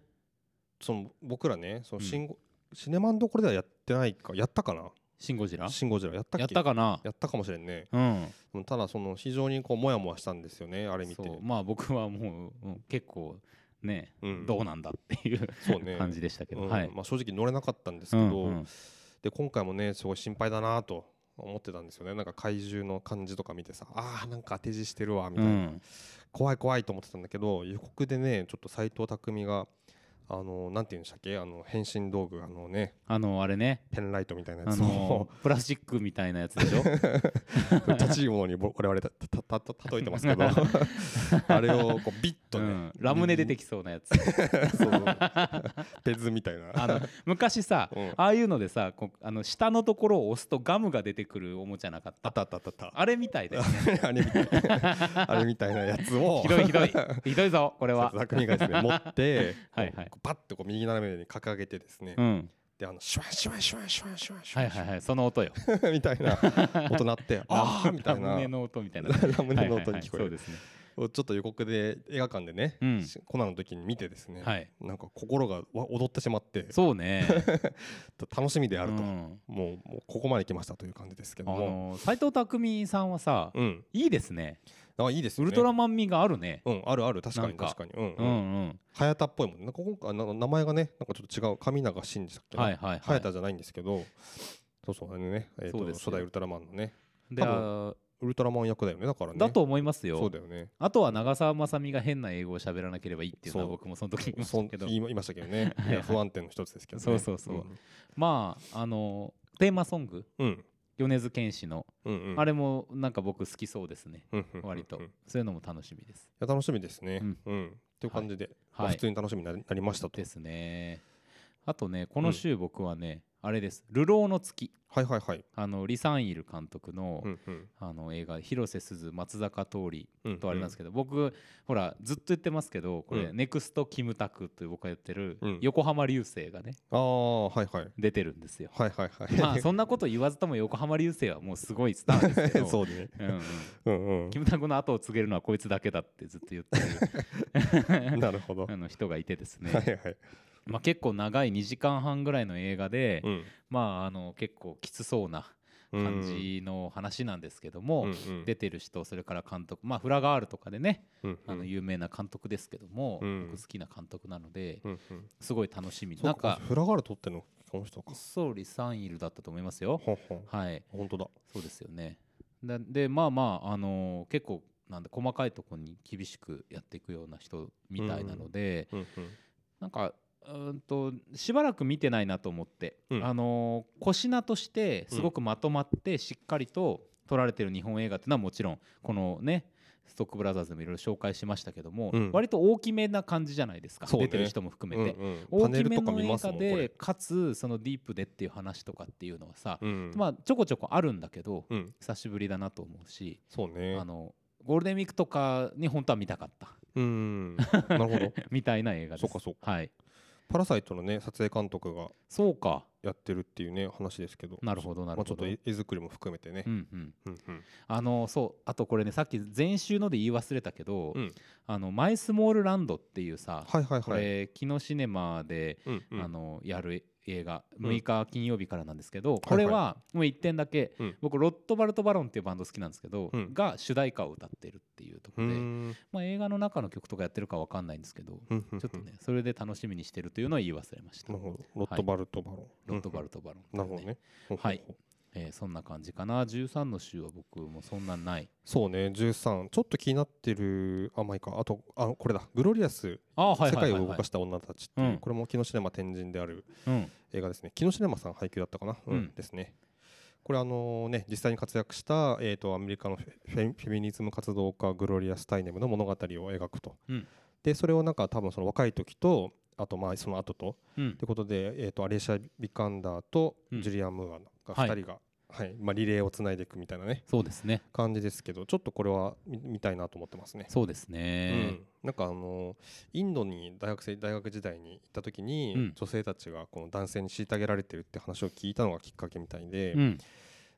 S2: その僕らねその
S1: うん
S2: シンゴ、シネマンどころではやってないかやったかな
S1: 「シン・ゴジラ」
S2: シン・ゴジラやったっけ
S1: やったかな
S2: やったかもしれんね
S1: うん
S2: でもただその非常にこうモヤモヤしたんですよねあれ見て
S1: そうまあ僕はもううん結構ね、
S2: うん
S1: どうなんだっていう
S2: そうね
S1: 感じでしたけど、
S2: うん
S1: はい、
S2: まあ、正直乗れなかったんですけ
S1: う
S2: ど、
S1: んうん
S2: で今回もねすごい心配だなと思ってたんですよねなんか怪獣の感じとか見てさあーなんか当て字してるわみた
S1: う
S2: いな、
S1: ん
S2: 怖い怖いと思ってたんだけど予告でねちょっと斎藤匠があのなんて言うんでしたっけあの変身道具あのね
S1: あのあれね
S2: ペンライトみたいなや
S1: あ
S2: つを、
S1: のプラスチックみたいなやつでし ょ
S2: 立ちいいものにぼ我々たたたた例えてます けどあれをこうビッと
S1: う
S2: ね、
S1: ん、ラムネ出てきそうなやつ
S2: そうそうペズみたい
S1: あ
S2: な
S1: の昔さ、
S2: うん
S1: ああいうのでさこうあの下のところを押すとガムが出てくるおもちゃなかった
S2: あったあったあったあった
S1: あれみたいだよね
S2: あれみたいなあれみたいなやつを
S1: ひどいひどいひどいぞこれは
S2: 佐々木匠がですね持って
S1: はいはい
S2: こうパッとこう右斜めに掲げてですね、
S1: うん
S2: であのシュワンシュワンシュワンシュワンシュワンシュ
S1: は
S2: ワ
S1: い
S2: ンシ
S1: は
S2: ュ
S1: いはいその音よ
S2: ワンみたいな音鳴ってああみたい
S1: ラ
S2: な
S1: ムネの音みたいな
S2: ラムネの音に聞
S1: はいはいはい
S2: こえる
S1: そうですね
S2: ちょっと予告で映画館でね、
S1: うん
S2: しコナンの時に見てですね、
S1: はい
S2: なんか心がわ踊ってしまって
S1: そうね
S2: 楽しみであ
S1: あ
S2: ると、
S1: うん
S2: もうもうここまで来ましたという感じですけ
S1: あ
S2: ども、
S1: の斎藤匠さんはさ、
S2: うん、
S1: いいですね
S2: あいいです
S1: ウ
S2: よね
S1: ルトラマン味があるね
S2: うんあるある確か
S1: な
S2: に
S1: んか
S2: 確かにう
S1: う
S2: んうん
S1: うんん
S2: 早田っぽいもんねなんか今回な名前がねなんかちょっと違う神永真司だっけな
S1: はいはいはい
S2: 早田じゃないんですけどそうそうあのね、えー
S1: そう
S2: と
S1: ですよ
S2: 初代ウルトラマンのね
S1: で
S2: 多
S1: あ
S2: ウルトラマン役だよねだからね
S1: だと思います
S2: そ
S1: よ
S2: うだよね
S1: あとは長澤まさみが変な英語を喋らなければいいっていうのは
S2: そう
S1: 僕もその時に言いま
S2: そ
S1: し
S2: ん
S1: たけど
S2: 言いま言いましたけ どねいや不安定の一つですけどね
S1: そうそうそうまああのテーマソング
S2: うんうん
S1: 米津玄師の、
S2: うんうん
S1: あれもなんか僕好きそうですね
S2: うんうんうん
S1: 割と、
S2: うんい
S1: そういうのも楽しみです
S2: や楽しみですね
S1: う
S2: うんんという感じで
S1: はい
S2: まあ普通に楽しみになりなりましたと
S1: ですねあとねこの週僕はね、あれです「流浪の月
S2: はいはいはい」
S1: あのリサンイル監督の,、
S2: うんうん
S1: あの映画「広瀬すず松坂桃李
S2: うんうん」
S1: とありますけど、僕ほらずっと言ってますけどこれ、
S2: う
S1: ネクストキムタクという僕がやってる
S2: うん
S1: 横浜流星がね
S2: ああはいはい
S1: 出てるん ですよ。
S2: はいはいはい
S1: まあそんなこと言わずとも横浜流星はもうすごいスターですけど
S2: そうね
S1: うんうん
S2: うんうん
S1: キムタクの後を継げるのはこいつだけだってずっと言って る
S2: な るほど
S1: あの人がいてです
S2: はい
S1: ね、
S2: はい
S1: まあ、結構長い2時間半ぐらいの映画で、
S2: うん
S1: まあ、あの結構きつそうな感じの話なんですけども、
S2: うんうん
S1: 出てる人それから監督、まあ、フラガールとかでね
S2: うんうん
S1: あの有名な監督ですけども、
S2: うん
S1: 僕好きな監督なので
S2: うんうん
S1: すごい楽しみ
S2: そう
S1: なん
S2: か
S1: か
S2: フラガール撮ってんのこの人か
S1: ソーリサンイルだったと思いますよ
S2: ほんほん
S1: はい
S2: 本当だ
S1: そうですよね。だでまあまあ、あの結構なんで細かいところに厳しくやっていくような人みたいなので、
S2: うん
S1: なんかうーんとしばらく見てないなと思って、
S2: うん
S1: あの小品としてすごくまとまってしっかりと撮られてる日本映画っていうのはもちろんこのねストックブラザーズでもいろいろ紹介しましたけども、
S2: うん
S1: 割と大きめな感じじゃないですか、
S2: そうね
S1: 出てる人も含
S2: うん
S1: めて。
S2: うんうん
S1: 大
S2: パネ
S1: き
S2: ル
S1: め
S2: とか
S1: の
S2: 見
S1: 映
S2: ます
S1: 画
S2: もんこ
S1: で
S2: れ
S1: かつそのディープでっていう話とかっていうのはさ、
S2: うん
S1: まあちょこちょこあるんだけど、
S2: うん
S1: 久しぶりだなと思うし、
S2: そうね
S1: あのゴールデンウィークとかに本当は見たかった
S2: うんなるほど
S1: みたいな映画です。
S2: そうかそう
S1: はい、
S2: パラサイトのね撮影監督が
S1: そうか
S2: やってるっていうね話ですけど
S1: なるほどなるほど。
S2: まあ、ちょっと絵絵作りも含めてね
S1: う、んうん、
S2: うんうん
S1: あのそうあとこれねさっき前週ので言い忘れたけど、
S2: うん
S1: あのマイスモールランドっていうさ、
S2: はいはい
S1: こ
S2: はい、
S1: れキノシネマで、
S2: うんうん
S1: あのやる映画
S2: うん
S1: 6日金曜日からなんですけど、これはもう1点だけ、
S2: うん
S1: 僕ロットバルト・バロンっていうバンド好きなんですけど、
S2: うん
S1: が主題歌を歌ってるっていうとこ
S2: う
S1: ろで、
S2: ん
S1: まあ、映画の中の曲とかやってるかわかんないんですけど、
S2: うんうん
S1: ちょっとねそれで楽しみにしてるというのは言い忘れました、
S2: なるほどロットバルトバロン、
S1: ロットバルト・バロン、
S2: なるほどね
S1: はいえーそんな感じかな13の週は僕もそんなんない
S2: そうね13ちょっと気になってるあまあいいかあとあこれだ「グロリアス
S1: あーは
S2: 世
S1: いはい
S2: 界
S1: はい、
S2: を動
S1: はい
S2: かした女たち」っていう、
S1: うん
S2: これも木下シネマ天神である
S1: うん、
S2: 映画ですね木下シネマさん配給だったかな、うん
S1: うん
S2: ですねこれあのね実際に活躍した、えー、とアメリカのフェフェフェミニズム活動家グロリアス・タイネムの物語を描くと、
S1: うん
S2: でそれをなんか多分その若い時とあとまあその後と
S1: うん
S2: ということで、えー、とアレーシア・ビカンダーと
S1: うん
S2: ジュリアン・ムーアが
S1: はい
S2: 2人が、はいまあ、リレーをつないでいくみたいなね
S1: そうですね
S2: 感じですけどちょっとこれは見見たいなと思ってますね。
S1: そうです
S2: う
S1: ね
S2: ん、なんかあのインドに大学生大学時代に行った時に、
S1: うん
S2: 女性たちがこの男性に虐げられてるって話を聞いたのがきっかけみたいで、
S1: うん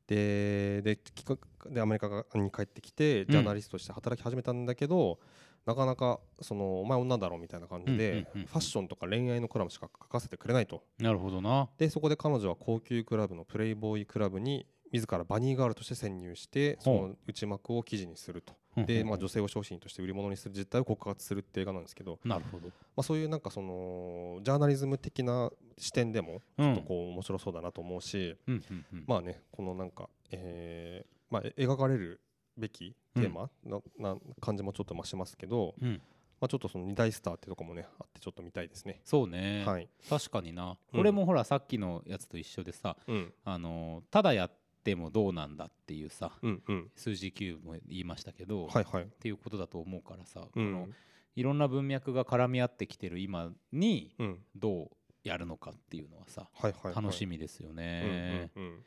S2: でできっかけでアメリカがに帰ってきてジャーナリストとして働き始めたんだけど、なかなかそのお前女だろみたいな感じで、
S1: うんうんうんうん
S2: ファッションとか恋愛のコラムしか書かせてくれないと
S1: なるほどな
S2: でそこで彼女は高級クラブのプレイボーイクラブに自らバニーガールとして潜入してそ
S1: ほ
S2: の内幕を記事にするとで、まあ、女性を商品として売り物にする実態を告発するって映画なんですけど、
S1: なるほど
S2: まあ、そういうなんかそのジャーナリズム的な視点でも
S1: う
S2: ちょ
S1: ん
S2: っとこう面白そうだなと思うし、
S1: うんうんうん
S2: まあねこのなんか、えーまあ、え描かれるべきテーマの、な感じもちょっと増しますけど、
S1: うん
S2: まあ、ちょっとその二大スターってとこもねあってちょっと見たいですね。
S1: そうね、
S2: はい、
S1: 確かにな、
S2: うん
S1: これもほらさっきのやつと一緒でさ、
S2: うん
S1: あのーただやってもどうなんだっていうさ
S2: うんうん
S1: 数字9も言いましたけど、
S2: は
S1: っ
S2: いはい、
S1: ていうことだと思うからさ、
S2: う
S1: この
S2: ん
S1: いろんな文脈が絡み合ってきてる今に
S2: うん、
S1: どうやるのかっていうのはさ
S2: はいはい、はい、
S1: 楽しみですよ
S2: うん
S1: ね、
S2: うんうん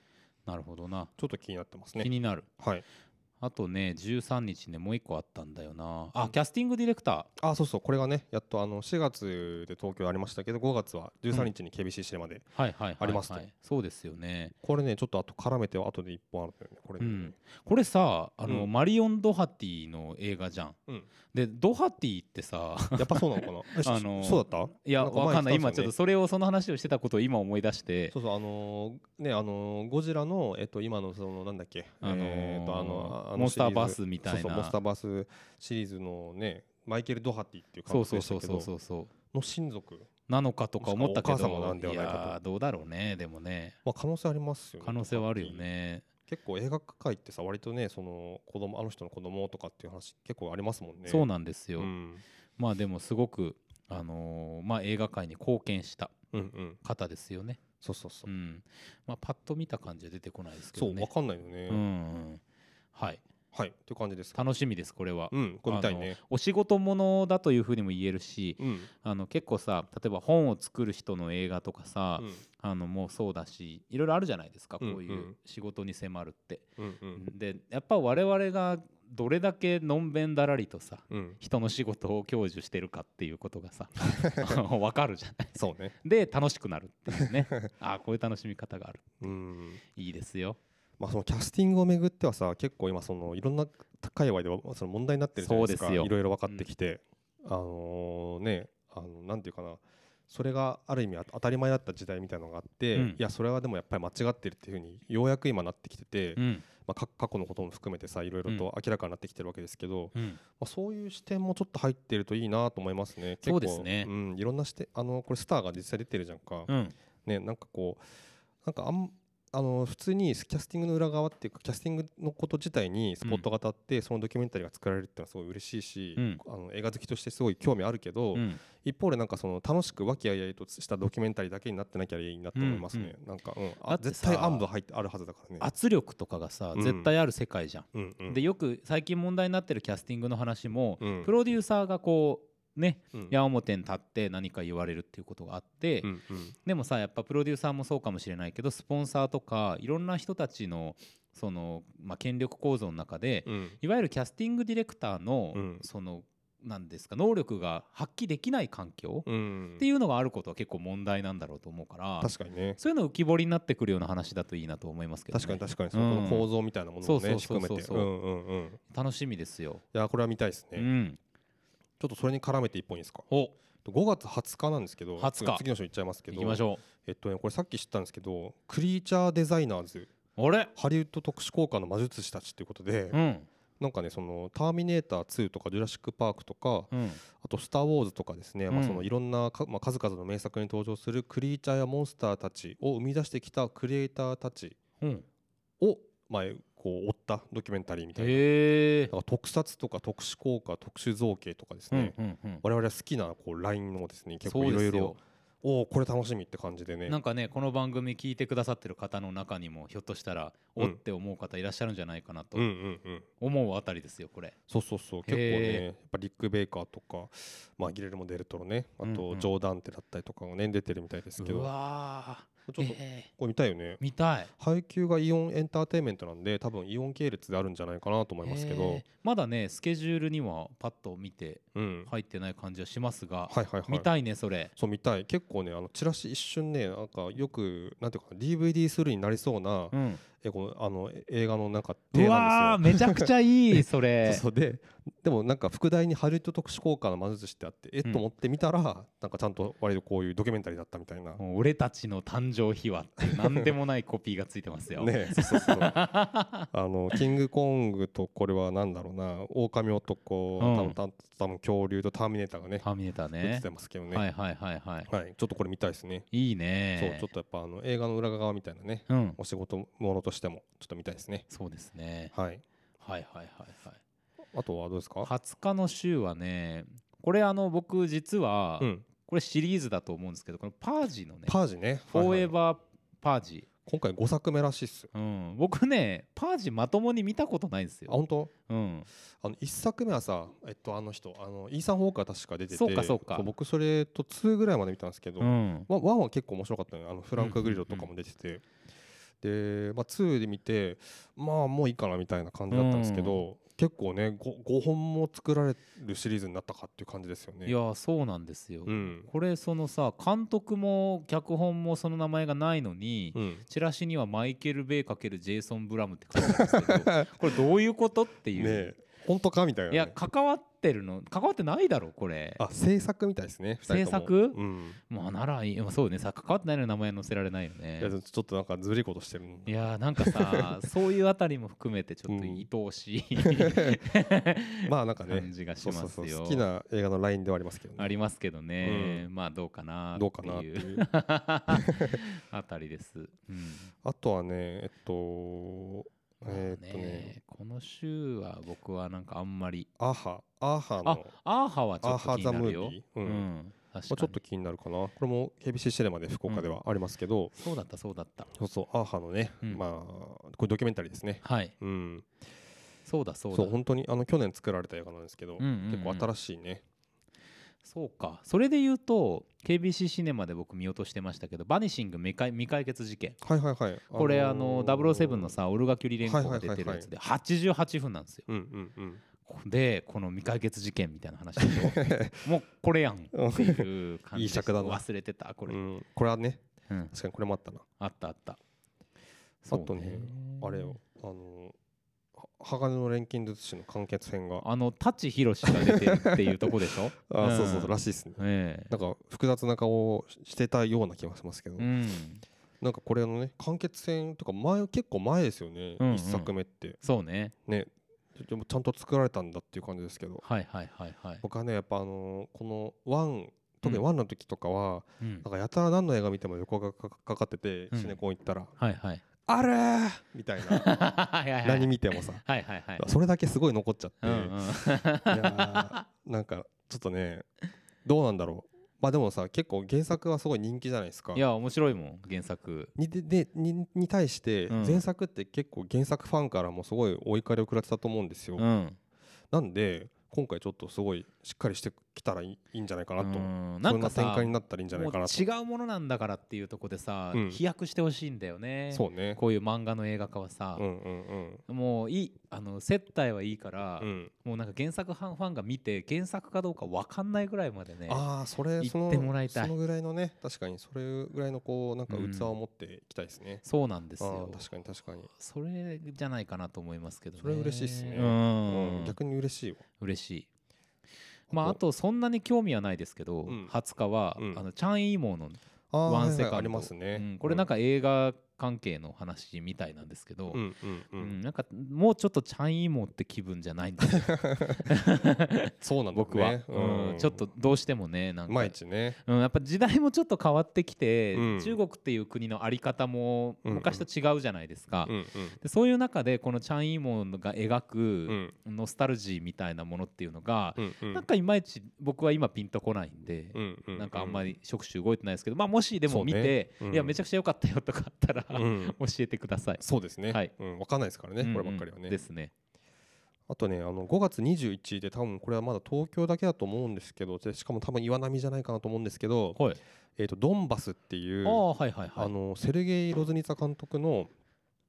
S1: なるほどな、
S2: ちょっと気になってますね
S1: 気。になる
S2: はい、
S1: あとね13日ねもう一個あったんだよなあ、
S2: うん
S1: キャスティングディレクタ
S2: あそうそうこれがねやっとあの4月で東京ありましたけど5月は13日に KBC シネマで、
S1: ーはいはいはい、はい、
S2: ありますと
S1: そうですよね
S2: これねちょっとあと絡めては後で1本あるんだよねこれ
S1: う
S2: ね、
S1: んこれさあの、
S2: うん
S1: マリオン・ドハティの映画じゃん、
S2: うん
S1: でドハティって さ
S2: やっぱそうなのかなえし
S1: あのー
S2: そうだった
S1: いや
S2: か
S1: わかんない今ちょっと
S2: と
S1: それをその話をしてたことを今思い出して
S2: そうそうあのーねあのーゴジラのえっと今のそのなんだっけ
S1: あのー
S2: えーとあのあの
S1: モンスターバー
S2: シ
S1: スみ
S2: リーズ
S1: た
S2: そう
S1: い
S2: そう
S1: な
S2: モンスターバースシリーズのねマイケル・ドハティっていう
S1: そ
S2: 監
S1: う
S2: 督
S1: そう
S2: でし
S1: そ
S2: た
S1: うそう
S2: けど
S1: そうそう
S2: の親族、
S1: なのかとか思ったけ
S2: もし
S1: ど
S2: くはお母様なんではないかと
S1: やーどうだろうねでもね
S2: まあ、可能性ありますよね
S1: 可能性はあるよね
S2: 結構映画界ってさ割とねその子供あの人の子供とかっていう話結構ありますもんね
S1: そうなんですよ、
S2: うん
S1: まあでもすごくあのーまあ映画界に貢献した
S2: うんうん
S1: 方ですよね
S2: そうそうそうう、
S1: んまあパッと見た感じは出てこないですけ
S2: そ
S1: ど
S2: うわ
S1: ね
S2: かんないよね、
S1: うんうんはい
S2: はいっていう感じですか
S1: 楽しみですこれは、
S2: うんこれ見たいね
S1: お仕事ものだというふうにも言えるし
S2: うん
S1: あの結構さ例えば本を作る人の映画とかさ、
S2: うん
S1: あのもうそうだしいろいろあるじゃないですかこ
S2: うん
S1: ういう仕事に迫るって。
S2: うんうん
S1: でやっぱ我々がどれだけのんべんだらりとさ
S2: うん
S1: 人の仕事を享受してるかっていうことが さあのわかるじゃない
S2: そうね
S1: で楽しくなるっていう ねあーこういう楽しみ方がある
S2: うん
S1: いいですよ
S2: まあそのキャスティングをめぐってはさ結構今そのいろんな界隈ではその問題になってるじゃないです
S1: そ
S2: か
S1: うですよ
S2: いろいろ分かってきて、あのねあのなんていうかなそれがある意味あ当たり前だった時代みたいなのがあって、
S1: うん
S2: いやそれはでもやっぱり間違ってるっていうふうにようやく今なってきてて、
S1: うん
S2: まあ、か過去のことも含めてさいろいろと明らかになってきてるわけですけど、
S1: うん
S2: まあ、そういう視点もちょっと入ってるといいなと思いますね。結構
S1: そうですね
S2: うん、いろんな視点あのこれスターが実際出てるじゃんか、
S1: うん
S2: ねなんかこうなんかあんあの普通にキャスティングの裏側っていうかキャスティングのこと自体にスポットが当たって、そのドキュメンタリーが作られるっていうのはすごい嬉しいし、
S1: うん
S2: あの映画好きとしてすごい興味あるけど、
S1: うん
S2: 一方でなんかその楽しく和気あいあいとしたドキュメンタリーだけになってなきゃいいなと思いますね、なんか、うん、
S1: だ
S2: あ
S1: って
S2: 絶
S1: さ
S2: 対暗部入ってあるはずだからね。
S1: 圧力とかがさ
S2: うん
S1: 絶対ある世界じゃん。
S2: うんうん
S1: でよく最近問題になってるキャスティングの話も
S2: うん
S1: プロデューサーがこうね
S2: うん
S1: 矢面に立って何か言われるっていうことがあって、
S2: うんうん
S1: でもさやっぱプロデューサーもそうかもしれないけどスポンサーとかいろんな人たちのその、まあ、権力構造の中で、
S2: うん
S1: いわゆるキャスティングディレクターの、
S2: うん
S1: そのなんですか能力が発揮できない環境、
S2: うん
S1: っていうのがあることは結構問題なんだろうと思うから
S2: 確かにね
S1: そういうの浮き彫りになってくるような話だといいなと思いますけど、ね、
S2: 確かに確かにそ
S1: うん
S2: のこの構造みたいなもの
S1: そう
S2: も
S1: そ
S2: ね
S1: うそう
S2: 含め
S1: そう
S2: て
S1: そううん
S2: うんうんい
S1: 楽しみですよ。
S2: やこれは見たいです
S1: う
S2: ね
S1: ん、
S2: ちょっとそれに絡めて一本いいですか
S1: お
S2: 5月20日なんですけど
S1: 20日
S2: 次の章いっちゃいますけど
S1: 行きましょ
S2: えっとねこれさっき知ったんですけどクリーチャーデザイナーズ
S1: うあれ
S2: ハリウッド特殊効果の魔術師たちっていうことで、
S1: うん
S2: なんかねその「ターミネーター2」とか「ジュラシック・パーク」とか
S1: うん
S2: あと「スター・ウォーズ」とかですね、
S1: う
S2: まあ、
S1: ん
S2: そのいろんなか、まあ、数々の名作に登場するクリーチャーやモンスターたちを生み出してきたクリエイターたち
S1: うん
S2: を、まあ、こう追ったドキュメンタリーみたいな
S1: へえ
S2: だから特撮とか特殊効果特殊造形とかです
S1: う
S2: ね、
S1: んうんうん
S2: 我々は好きなこうラインをですね結構
S1: そう
S2: いろ
S1: で
S2: い
S1: す
S2: ろ
S1: よ
S2: おおこれ楽しみって感じでね
S1: なんかねこの番組聞いてくださってる方の中にもひょっとしたら
S2: うん
S1: おって思う方いらっしゃるんじゃないかなと
S2: うんうんうん
S1: 思うあたりですよこれ
S2: そうそうそう結構
S1: へ
S2: ねやっぱリック・ベイカーとか、まあ、ギレルモ・デルトロねあ
S1: うんう
S2: と
S1: ん
S2: ジョーダンテだったりとかがね出てるみたいですけ
S1: う
S2: ど
S1: わ
S2: ちょっ
S1: ー
S2: と
S1: えー
S2: これ見たいよね
S1: 見たい
S2: 配給がイオンエンターテインメントなんで多分イオン系列であるんじゃないかなと思いますけど
S1: えーまだねスケジュールにはパッと見て
S2: うん
S1: 入ってない感じはしますが、
S2: はいはいはい
S1: 見たいねそれ
S2: そう見たい結構ねあのチラシ一瞬ねなんかよくなんていうか DVD スルーになりそうな
S1: うん
S2: えこのあのえ映画のなんか
S1: う
S2: テー
S1: わ
S2: マ
S1: ーめちゃくちゃいい そ
S2: で
S1: れ
S2: すよ。そうそうででもなんか副題にハリウッド特殊効果の魔術師ってあってえっ
S1: うん
S2: と思って見たらなんかちゃんと割とこういうドキュメンタリーだったみたいなね
S1: もう俺たちの誕生秘話って いう何でもないコピーがついてますよ。
S2: えそうそうそう あのキングコングとこれはなんだろうな狼
S1: う
S2: 男
S1: ん
S2: 多分た多分恐竜とターミネーターがね
S1: ターミネーター
S2: 映っ
S1: ね
S2: て。ますけどね
S1: はいはいはいはい。
S2: はい、ちょっとこれ見たいですね。
S1: いい
S2: そう
S1: ね。
S2: ちょっとやっぱあの映画の裏側みたいなね、
S1: うん。
S2: お仕事ものとしてもちょっと見たいですね。
S1: そうですね。
S2: はい。
S1: はいはいはいはい。
S2: あとはどうですか？
S1: 20日の週はね、これあの僕実は
S2: うん。
S1: これシリーズだと思うんですけど、このパージのね、
S2: パージね。
S1: フォーエ
S2: ー。
S1: バーパージ。
S2: 今回5作目らしいっす。
S1: うん。僕ね、パージまともに見たことないんです
S2: あ
S1: よ。
S2: 本当？
S1: うん。
S2: あの1作目はさ、えっとあの人あのイーサンホーカー確か出てて、
S1: そうかそうか
S2: 僕それと2ぐらいまで見たんですけど、
S1: う
S2: ワン
S1: ん。
S2: ワンは結構面白かったのよ。あのフランクグリルとかも出てて。でまあ、2で見てまあもういいかなみたいな感じだったんですけど、結構ね 5, 5本も作られるシリーズになったかっていう感じですよね。
S1: いやーそうなんですよ。
S2: うん
S1: これそのさ監督も脚本もその名前がないのに、
S2: うん、
S1: チラシにはマイケル・ベイ×ジェイソン・ブラムって書いてあるんですけど これどういうことってい
S2: ね
S1: う、
S2: え本当かみたいな、
S1: い
S2: ね、
S1: や関わってるの関わってないだろこれ
S2: あ制作みたいですね
S1: 制作
S2: 二人ともうん
S1: まあならいいまあそうねさ関わってないのに名前載せられないよね
S2: いやでもちょっとなんかずるいことしてる
S1: いやーなんか さそういうあたりも含めてちょっと
S2: うん
S1: 愛おしい
S2: まあなん か
S1: 感
S2: ね
S1: じがし
S2: そう
S1: ますよ
S2: そうそう好きな映画のラインではありますけど
S1: あ
S2: ね
S1: りますけどね、
S2: う
S1: まあどうかな
S2: どうか
S1: っ
S2: なってて
S1: い
S2: いう う
S1: あたりです、うん
S2: あとはねえっとえーっとね
S1: ねこの週は僕はなんかあんまり
S2: アハアハの
S1: あアーハはちょ
S2: ア
S1: っと
S2: ハ
S1: 気
S2: ザ
S1: にな
S2: ムー
S1: る
S2: ビ
S1: よ、
S2: ー、う
S1: うんん
S2: ま
S1: 確か
S2: あ、ちょっ
S1: に
S2: と気になるかなこれも KBC シネマで福岡ではありますけど、
S1: そうだったそうだった
S2: そうそうアハのね、
S1: うん
S2: まあこれドキュメンタリーですね
S1: はい
S2: うん
S1: そうだそうだ
S2: そう本当にあの去年作られた映画なんですけど、
S1: うんうんうん
S2: 結構新しいね
S1: そうかそれで言うと KBC シネマで僕見落としてましたけど「バニシング未解未解決事件
S2: はいはいはい」
S1: これあの007の
S2: さ
S1: さオルガ・キュリ連合が出てるやつで88分なんですよ
S2: うんうん
S1: でこの未解決事件みたいな話でし ょもう これやんっていう感じで
S2: いい尺だな
S1: 忘れてたこ
S2: うん、
S1: れ、
S2: うん、これはね
S1: うん
S2: 確かにこれもあったな
S1: あったあった
S2: あとねあれよあのは鋼の錬金術師の完結編があ
S1: あの舘ひろしが出てるっていうとこで しょん
S2: そうそうそうらしいですね
S1: ええ
S2: なんか複雑な顔をしてたような気がしますけど、
S1: うん
S2: なんかこれのね完結編とか前結構前ですよね、一
S1: うんうん
S2: 作目って
S1: そうね
S2: ねでもちゃんと作られたんだっていう感じですけど
S1: はいはいはいはい、
S2: 僕はねやっぱあのーこのワン特にワンの時とかは、
S1: うん
S2: なんかやたら何の映画見ても横がかかかってて、
S1: うん
S2: シネコン行ったら
S1: はい はい
S2: 「あれー!」みたいな
S1: はいはいはい
S2: 何見てもさ
S1: はいはいはい
S2: それだけすごい残っちゃって、
S1: うん
S2: いや ーなんかちょっとねどうなんだろうまあでもさ結構原作はすごい人気じゃないです か
S1: うん、いや面白いもん原作
S2: にででにに対して
S1: うん
S2: 前作って結構原作ファンからもすごいお怒りを食らってたと思うんですよ、
S1: うん
S2: なんで今回ちょっとすごいしっかりしてきたらいいいいんじゃないかなと、
S1: うんな
S2: そ
S1: ん
S2: んな
S1: か
S2: 展
S1: さ
S2: 開になったらいいんじゃない
S1: も
S2: かなと
S1: う違うものなんだからっていうとこでさ、
S2: うん
S1: 飛躍してほしいんだよね
S2: そうね
S1: こういう漫画の映画化はさ
S2: う、んうんうん
S1: もういいあの接待はいいから、
S2: うん
S1: もうなんか原作ファンファンが見て原作かどうか分かんないぐらいまでね
S2: ああそれ
S1: 行
S2: その
S1: ってもらいたい
S2: そのぐらいのね確かにそれぐらいのこうなんか
S1: うん
S2: 器を持っていきたいですね、
S1: そうなんです
S2: あ
S1: よ
S2: ー確かに確かに、
S1: それじゃないかなと思いますけどね
S2: それ嬉しいっすね
S1: うん
S2: うん逆に嬉しいわ
S1: 嬉しいまあ、あとそんなに興味はないですけど、
S2: うん
S1: 20日は、
S2: うん
S1: あのチャン・イーモーの
S2: あー
S1: ワンセカンド、
S2: はいはいありますね、
S1: うんこれなんか映画関係の話みたいなんですけど、
S2: うんうんう
S1: うんんなんかもうちょっとチャン・イーモーって気分じゃないんですよ
S2: そう なんだ、ね、
S1: 僕は、
S2: うん
S1: うんちょっとどうしてもねなんか
S2: 毎日ね
S1: うん、やっぱ時代もちょっと変わってきて、
S2: うん
S1: 中国っていう国の在り方も
S2: うんうん
S1: 昔と違うじゃないですか、
S2: うんうん
S1: でそういう中でこのチャン・イーモンが描
S2: う
S1: く
S2: ん
S1: ノスタルジーみたいなものっていうのが、
S2: うんうん
S1: なんかいまいち僕は今ピンとこないんで、
S2: うんう
S1: なんかあんま
S2: り
S1: り触手動いてないですけど、まあ、もしで
S2: そ
S1: も
S2: う
S1: 見
S2: ね
S1: て、
S2: うん
S1: いやめちゃくちゃ良かったよとかあったら、
S2: うん
S1: 教えてください。
S2: そうですね、
S1: はい
S2: うん、分かんないですからね、こればっかりは
S1: うんう
S2: ね
S1: んですね。
S2: あとねあの5月21日で多分これはまだ東京だけだと思うんですけどでしかも多分岩波じゃないかなと思うんですけど、
S1: はい、
S2: えー、とドンバスっていう
S1: ああはいはいは
S2: あ
S1: い。
S2: のセルゲイ・ロズニツァ監督の、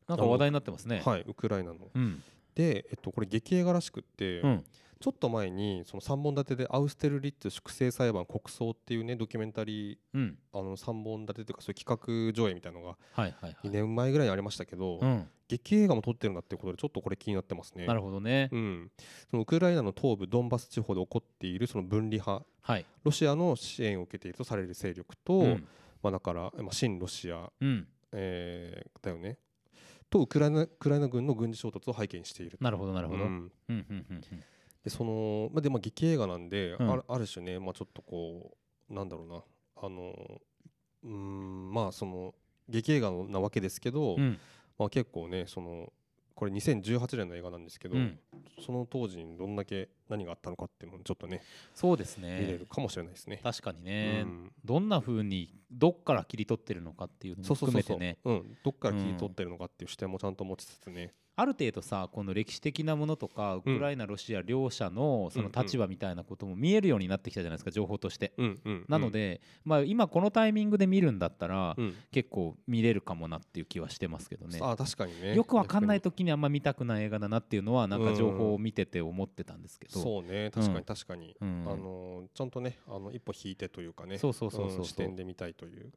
S1: なんか話題になってますね。
S2: はい、ウクライナの
S1: うん
S2: で、えっと、これ劇映画らしくって、
S1: うん
S2: ちょっと前にその3本立てで「アウステルリッツ粛清裁判国葬」っていうねドキュメンタリー
S1: うん
S2: あの3本立てというかそういう企画上映みたいなのが
S1: はいはいは
S2: 2
S1: い。
S2: 年前ぐらいにありましたけど、
S1: うん、
S2: 劇映画も撮ってるんだってことでちょっとこれ気になってますね。
S1: なるほどね。
S2: うん、そのウクライナの東部ドンバス地方で起こっているその分離派
S1: はい。
S2: ロシアの支援を受けているとされる勢力と、
S1: うん
S2: まあ、だから、まあ、親ロシア、
S1: うん、
S2: えーだよねとウクライナウクライナ軍の軍事衝突を背景にしている
S1: なるほどなるほど。う
S2: うんん
S1: うんうんうん
S2: でその、まあ、でまあ劇映画なんで、
S1: うん
S2: あるある種ね、まあ、ちょっとこうなんだろうなあのうーんまあその劇映画のなわけですけど、
S1: うん
S2: まあ、結構ねそのこれ2018年の映画なんですけど、
S1: うん
S2: その当時にどんだけ何があったのかっていうのをちょっとね、
S1: そうです
S2: 見れ
S1: ね
S2: る。かもしれないですね。
S1: 確かに
S2: う
S1: ね、
S2: ん
S1: どんな風にどっから切り取ってるのかっていうの
S2: そ
S1: も
S2: うそう
S1: 含
S2: そう
S1: めて
S2: そう、
S1: ね
S2: うん、どっから切り取ってるのかっていう視点もちゃんと持ちつつね、
S1: ある程度さこの歴史的なものとかウクライナロシア両者のその立場みたいなことも見えるようになってきたじゃないですか情報として。
S2: うんうん
S1: なの、で、まあ、今このタイミングで見るんだったら、
S2: うん
S1: 結構見れるかもなっていう気はしてますけどね。
S2: あ確かにね
S1: よくわかんない時にあんま見たくない映画だなっていうのはなんか情報を見てて思ってたんですけど、
S2: そうね確か
S1: うん
S2: に確かに、
S1: うん
S2: あのーちゃんとねあの一歩引いてというかね
S1: そうそうそうそうそうん
S2: 視点で見たいという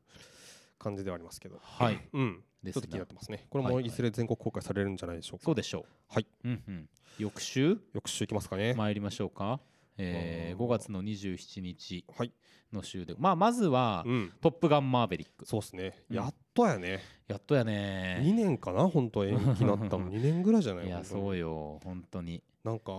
S2: 感じではありますけど
S1: はい
S2: うん
S1: で
S2: ち
S1: す
S2: ょっと気にな
S1: ね
S2: ってますねこれ
S1: はい
S2: も
S1: はい
S2: いずれ全国公開されるんじゃないでしょうか
S1: そうでしょう、
S2: はい
S1: うんうん、翌週
S2: 翌週いきますかね
S1: 参りましょうか、えー
S2: あー
S1: 5月の27日
S2: はい
S1: の週で、まあ、まずは
S2: うん
S1: 「トップガンマーヴェリック
S2: そうですね
S1: うん
S2: やっとやね
S1: やっとやね
S2: 2年かな本当延期なっ たの2年ぐらいじゃない
S1: いや
S2: 本当に
S1: そうよ本当に
S2: なんかあ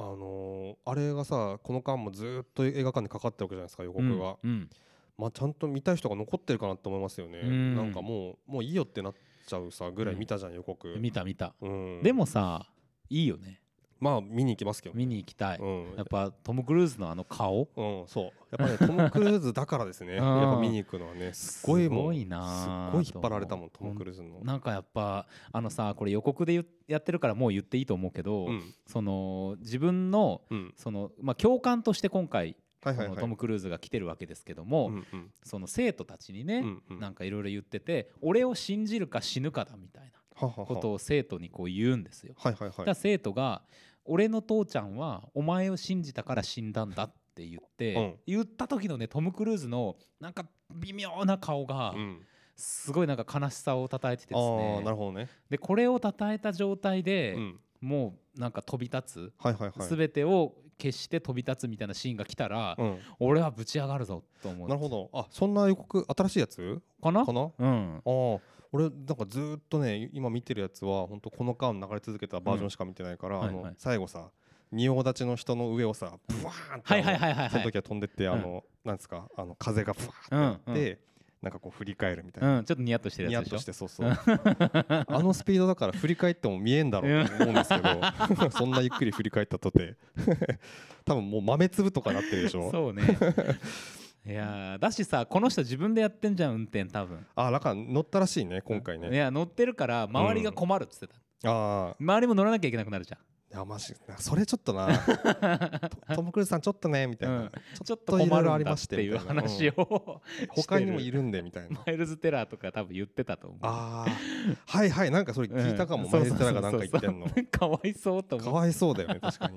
S2: のーあれがさこの間もずーっと映画館でかかってるわけじゃないですか予告が、
S1: うんうん
S2: まあ、ちゃんと見たい人が残ってるかなって思いますよね、
S1: うん
S2: なんかもうもういいよってなっちゃうさぐらい見たじゃん予告、
S1: 見た見た、
S2: うん
S1: でもさいいよね
S2: まあ見に行きますけどね、
S1: 見に行きたい、
S2: うん
S1: やっぱトム・クルーズのあの顔
S2: うん、そうやっぱねトム・クルーズだからですね やっぱ見に行くのはねすごいも
S1: すご
S2: う
S1: いなあ
S2: すっごい引っ張られたもん
S1: と
S2: ト
S1: 思う
S2: ム・クルーズの
S1: なんかやっぱあのさこれ予告で言うやってるからもう言っていいと思うけど、
S2: うん
S1: その自分の
S2: うん
S1: その、まあ、教官として今回
S2: はい
S1: そ
S2: はい
S1: の
S2: はい
S1: トム・クルーズが来てるわけですけども、
S2: うんうん
S1: その生徒たちにね、
S2: うんうん
S1: なんかいろいろ言ってて俺を信じるか死ぬかだみたい
S2: はは
S1: な
S2: は
S1: ことを生徒にこう言うんですよ。
S2: はいはい
S1: だ
S2: は
S1: から
S2: い
S1: 生徒が「俺の父ちゃんはお前を信じたから死んだんだ」って言って、
S2: うん
S1: 言った時のねトム・クルーズのなんか微妙な顔が
S2: うん
S1: すごいなんか悲しさをたえてて
S2: ああ
S1: ですね
S2: ーなるほどね
S1: でこれをたたえた状態で、
S2: うん
S1: もうなんか飛び立
S2: はいはい
S1: つ、
S2: はい
S1: 全てを消して飛び立つみたいなシーンが来たら、
S2: うん
S1: 俺はぶち上がるぞと思う
S2: なるほどあそんな予告新しいやつ
S1: かな
S2: かな
S1: うん
S2: ああ俺なんかずーっとね今見てるやつは本当この間流れ続けたバージョンしか見てないから、
S1: うん
S2: あの
S1: はいはい
S2: 最後さ仁王立ちの人の上をさブワーンって
S1: はいはいはいはい
S2: その
S1: はい
S2: 時は飛んでってあの、なんですかあの風がブワーってなって、なんかこう振り返るみたいな、
S1: うん、ちょっとニヤッとしてる
S2: ニヤ
S1: や
S2: ッ
S1: つで
S2: とし
S1: しょ
S2: てそうそうあのスピードだから振り返っても見えんだろうと思うんですけど そんなゆっくり振り返ったとて 多分もう豆粒とかなってるでしょ
S1: そうね いやーだしさこの人自分でやってんじゃん運転多分
S2: あだから乗ったらしいね今回
S1: い
S2: ね
S1: や乗ってるから周りが困るっつってた、
S2: ああ
S1: 周りも乗らなきゃいけなくなるじゃん
S2: いやマジなそれちょっと なトトム・クルーズさんちょっとねみたいな、
S1: うんち
S2: ち
S1: ょ
S2: ょ
S1: っ
S2: っ
S1: と
S2: といろ
S1: 困
S2: いろ
S1: る
S2: あ
S1: ん
S2: り
S1: だ
S2: ま
S1: っ
S2: して
S1: ていう
S2: みたいな
S1: 話を
S2: 他にも
S1: して
S2: いるんでみたいな
S1: マイルズ・テラーとか多分言ってたと思う
S2: あーはいはいなんかそれ聞いたかも、
S1: うん
S2: マイルス・テラがなんか言ってん
S1: そ
S2: の
S1: うそうそうそうかわいそうと
S2: か
S1: 思う
S2: わいそうだよね確かに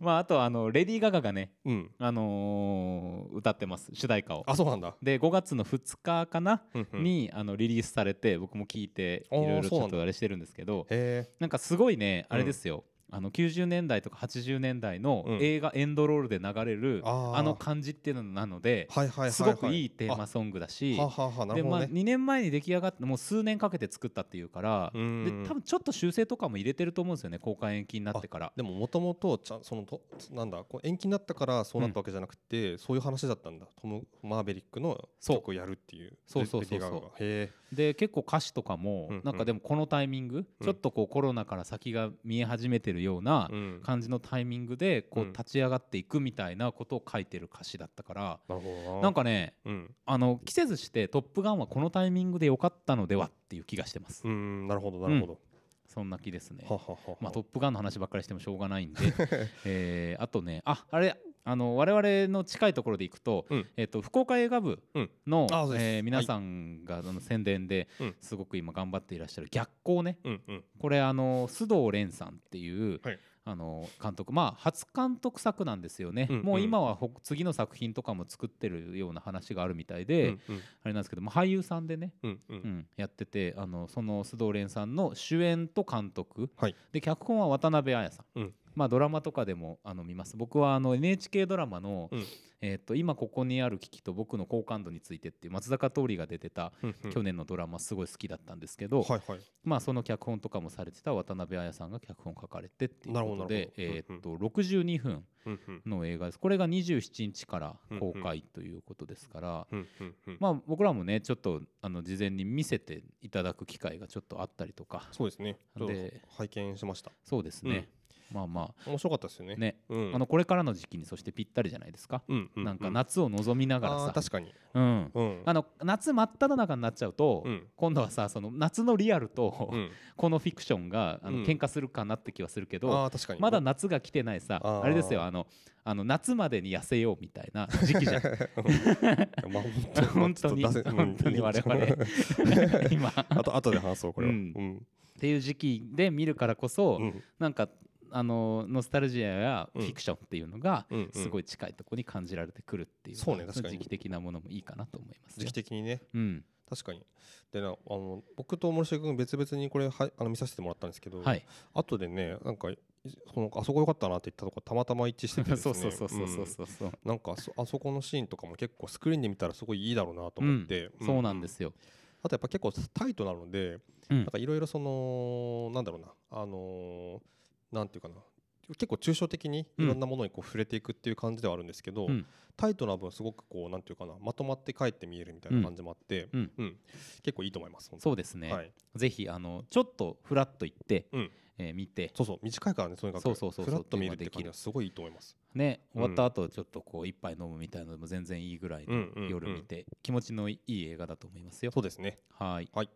S1: まああとあのレディー・ガガがね、
S2: うん
S1: あのー歌ってます主題歌を
S2: あそうなんだ、
S1: で5月の2日かな、
S2: うんうん、へ
S1: にあのリリースされて僕も聞いてい
S2: あー
S1: ろいろち
S2: そう
S1: ょ
S2: な
S1: っ
S2: んだ
S1: とあれしてるんですけど
S2: え
S1: なんかすごいねあれですよ、あの90年代とか80年代の
S2: うん
S1: 映画エンドロールで流れる
S2: あー
S1: あの感じっていうのなので
S2: はいはいはいはい
S1: すごくいいテーマソングだし
S2: あはあはあな
S1: で
S2: るほ
S1: ま
S2: ど
S1: あ
S2: ね、
S1: 2年前に出来上がってもう数年かけて作ったっていうから
S2: う
S1: で
S2: ん
S1: 多分ちょっと修正とかも入れてると思うんですよね公開延期になってから。
S2: でももともとちゃんそのとなんだこう延期になったからそうなったわけじゃなくて、そういう話だったんだトム・マーベリックの
S1: そう
S2: 曲をやるっていう
S1: そうそうそうそう
S2: レディーガガがへ
S1: で結構歌詞とかも
S2: うんうん
S1: なんかでもこのタイミング
S2: うん
S1: ちょっとこうコロナから先が見え始めてるような
S2: え、うん、なる
S1: 感じのタイミングでこ
S2: う
S1: うん立ち上がっていくみたいなことを書いてる歌詞だったから
S2: ほどな
S1: なんかね
S2: うん、
S1: あの季節して「トップガン」はこのタイミングで良かったのではっていう気がしてます、
S2: うん、なるほどなるほど、
S1: そんな気ですね
S2: はははは
S1: まあ「トップガン」の話ばっかりしてもしょうがないんで、 えーあとねああれあの我々の近いところでいくと,、
S2: うん
S1: えっと福岡映画部
S2: うん
S1: の、
S2: あそうです
S1: えー
S2: は
S1: 皆
S2: い
S1: さんがあの宣伝で
S2: うん
S1: すごく今頑張っていらっしゃる逆光ね
S2: うんうん
S1: これあの須藤蓮さんっていう、
S2: はい
S1: あの監督まあ初監督作なんですよね、
S2: うんうん
S1: もう今はほ次の作品とかも作ってるような話があるみたいで、
S2: うん
S1: あれなんですけど、まあ、俳優さんでね、
S2: うんう
S1: うんん、やっててあのその須藤蓮さんの主演と監督、
S2: はい
S1: で脚本は渡辺彩さん、
S2: うん
S1: まあ、ドラマとかでもあの見ます僕はあの NHK ドラマの、
S2: うん
S1: えーっと「今ここにある危機と僕の好感度について」っていう松坂桃李が出てた
S2: うんうん
S1: 去年のドラマすごい好きだったんですけど、
S2: はいはい
S1: まあ、その脚本とかもされてた渡辺彩さんが脚本書かれてっていう
S2: なるほ
S1: こ
S2: ど
S1: とで、
S2: なる
S1: え
S2: ほど
S1: ーっと62分
S2: うんうん
S1: の映画ですこれが27日から公開ということですから。
S2: うんうんうん
S1: まあ、僕らもねちょっとあの事前に見せていただく機会がちょっとあったりとか
S2: そうですねちょっと
S1: で
S2: 拝見しました
S1: そうですね、まあま
S2: 面白かったですよね
S1: あね、
S2: うん
S1: あのこれからの時期にそしてぴったりじゃないですか、
S2: うんうう
S1: なんか夏を望みながら
S2: あー
S1: さ、
S2: 確かに
S1: うん
S2: うん
S1: あの夏真っ只中になっちゃうと、
S2: うん
S1: 今度はさその夏のリアルと、
S2: うん
S1: このフィクションがあ
S2: うん
S1: の喧嘩するかなって気はするけど、
S2: あー確かに
S1: まだ夏が来てないさ
S2: あー
S1: あれですよあのあの夏までに痩せようみたいな時期じ ゃん
S2: まあ
S1: 本当に
S2: ちょっと出せうん
S1: 本当に我々今
S2: あと後で話そうこれは。う
S1: うん
S2: ん
S1: っていう時期で見るからこそ、
S2: うん
S1: なんかあのノスタルジアや
S2: う
S1: フ
S2: ん
S1: ィクションっていうのが
S2: うんうん
S1: すごい近いところに感じられてくるっていう,、
S2: そうね確かに
S1: 時期的なものもいいかなと思いますよ
S2: 時期的にね
S1: うん
S2: 確かに。でなあの僕と森下君別々にこれはあの見させてもらったんですけど、
S1: はい
S2: 後でねなんかいそのあそこ良かったなって言ったとこたまたま一致して てです
S1: そ
S2: ね。。
S1: うそうそうそうそうんそうそう、
S2: なんかそあそこのシーンとかも結構スクリーンで見たらすごいいいだろうなと思って、
S1: そうなんですすよ、
S2: あとやっぱ結構タイトなので、
S1: うん
S2: なんかいろいろそのなんだろうなあのーなんていうかな結構抽象的にいろんなものにこう触れていくっていう感じではあるんですけど、
S1: うん
S2: タイトな分すごくこうなんていうかなまとまって書いて見えるみたいな感じもあって、
S1: うん
S2: 結構いいと思います。本当
S1: そうです
S2: に
S1: ね、
S2: はい、
S1: ぜひあのちょっとフラッと行って、
S2: うん
S1: えー見て
S2: そうそう短いからねとにかく
S1: そうそうそうそう
S2: フラッと見るって感じはすごいいいと思います。
S1: ね
S2: うん
S1: 終わった後ちょっとこう一杯飲むみたいなのも全然いいぐらい
S2: うん
S1: の
S2: うんうん
S1: 夜見て、気持ちのいい映画だと思いますよ
S2: そうですね。
S1: はい
S2: はい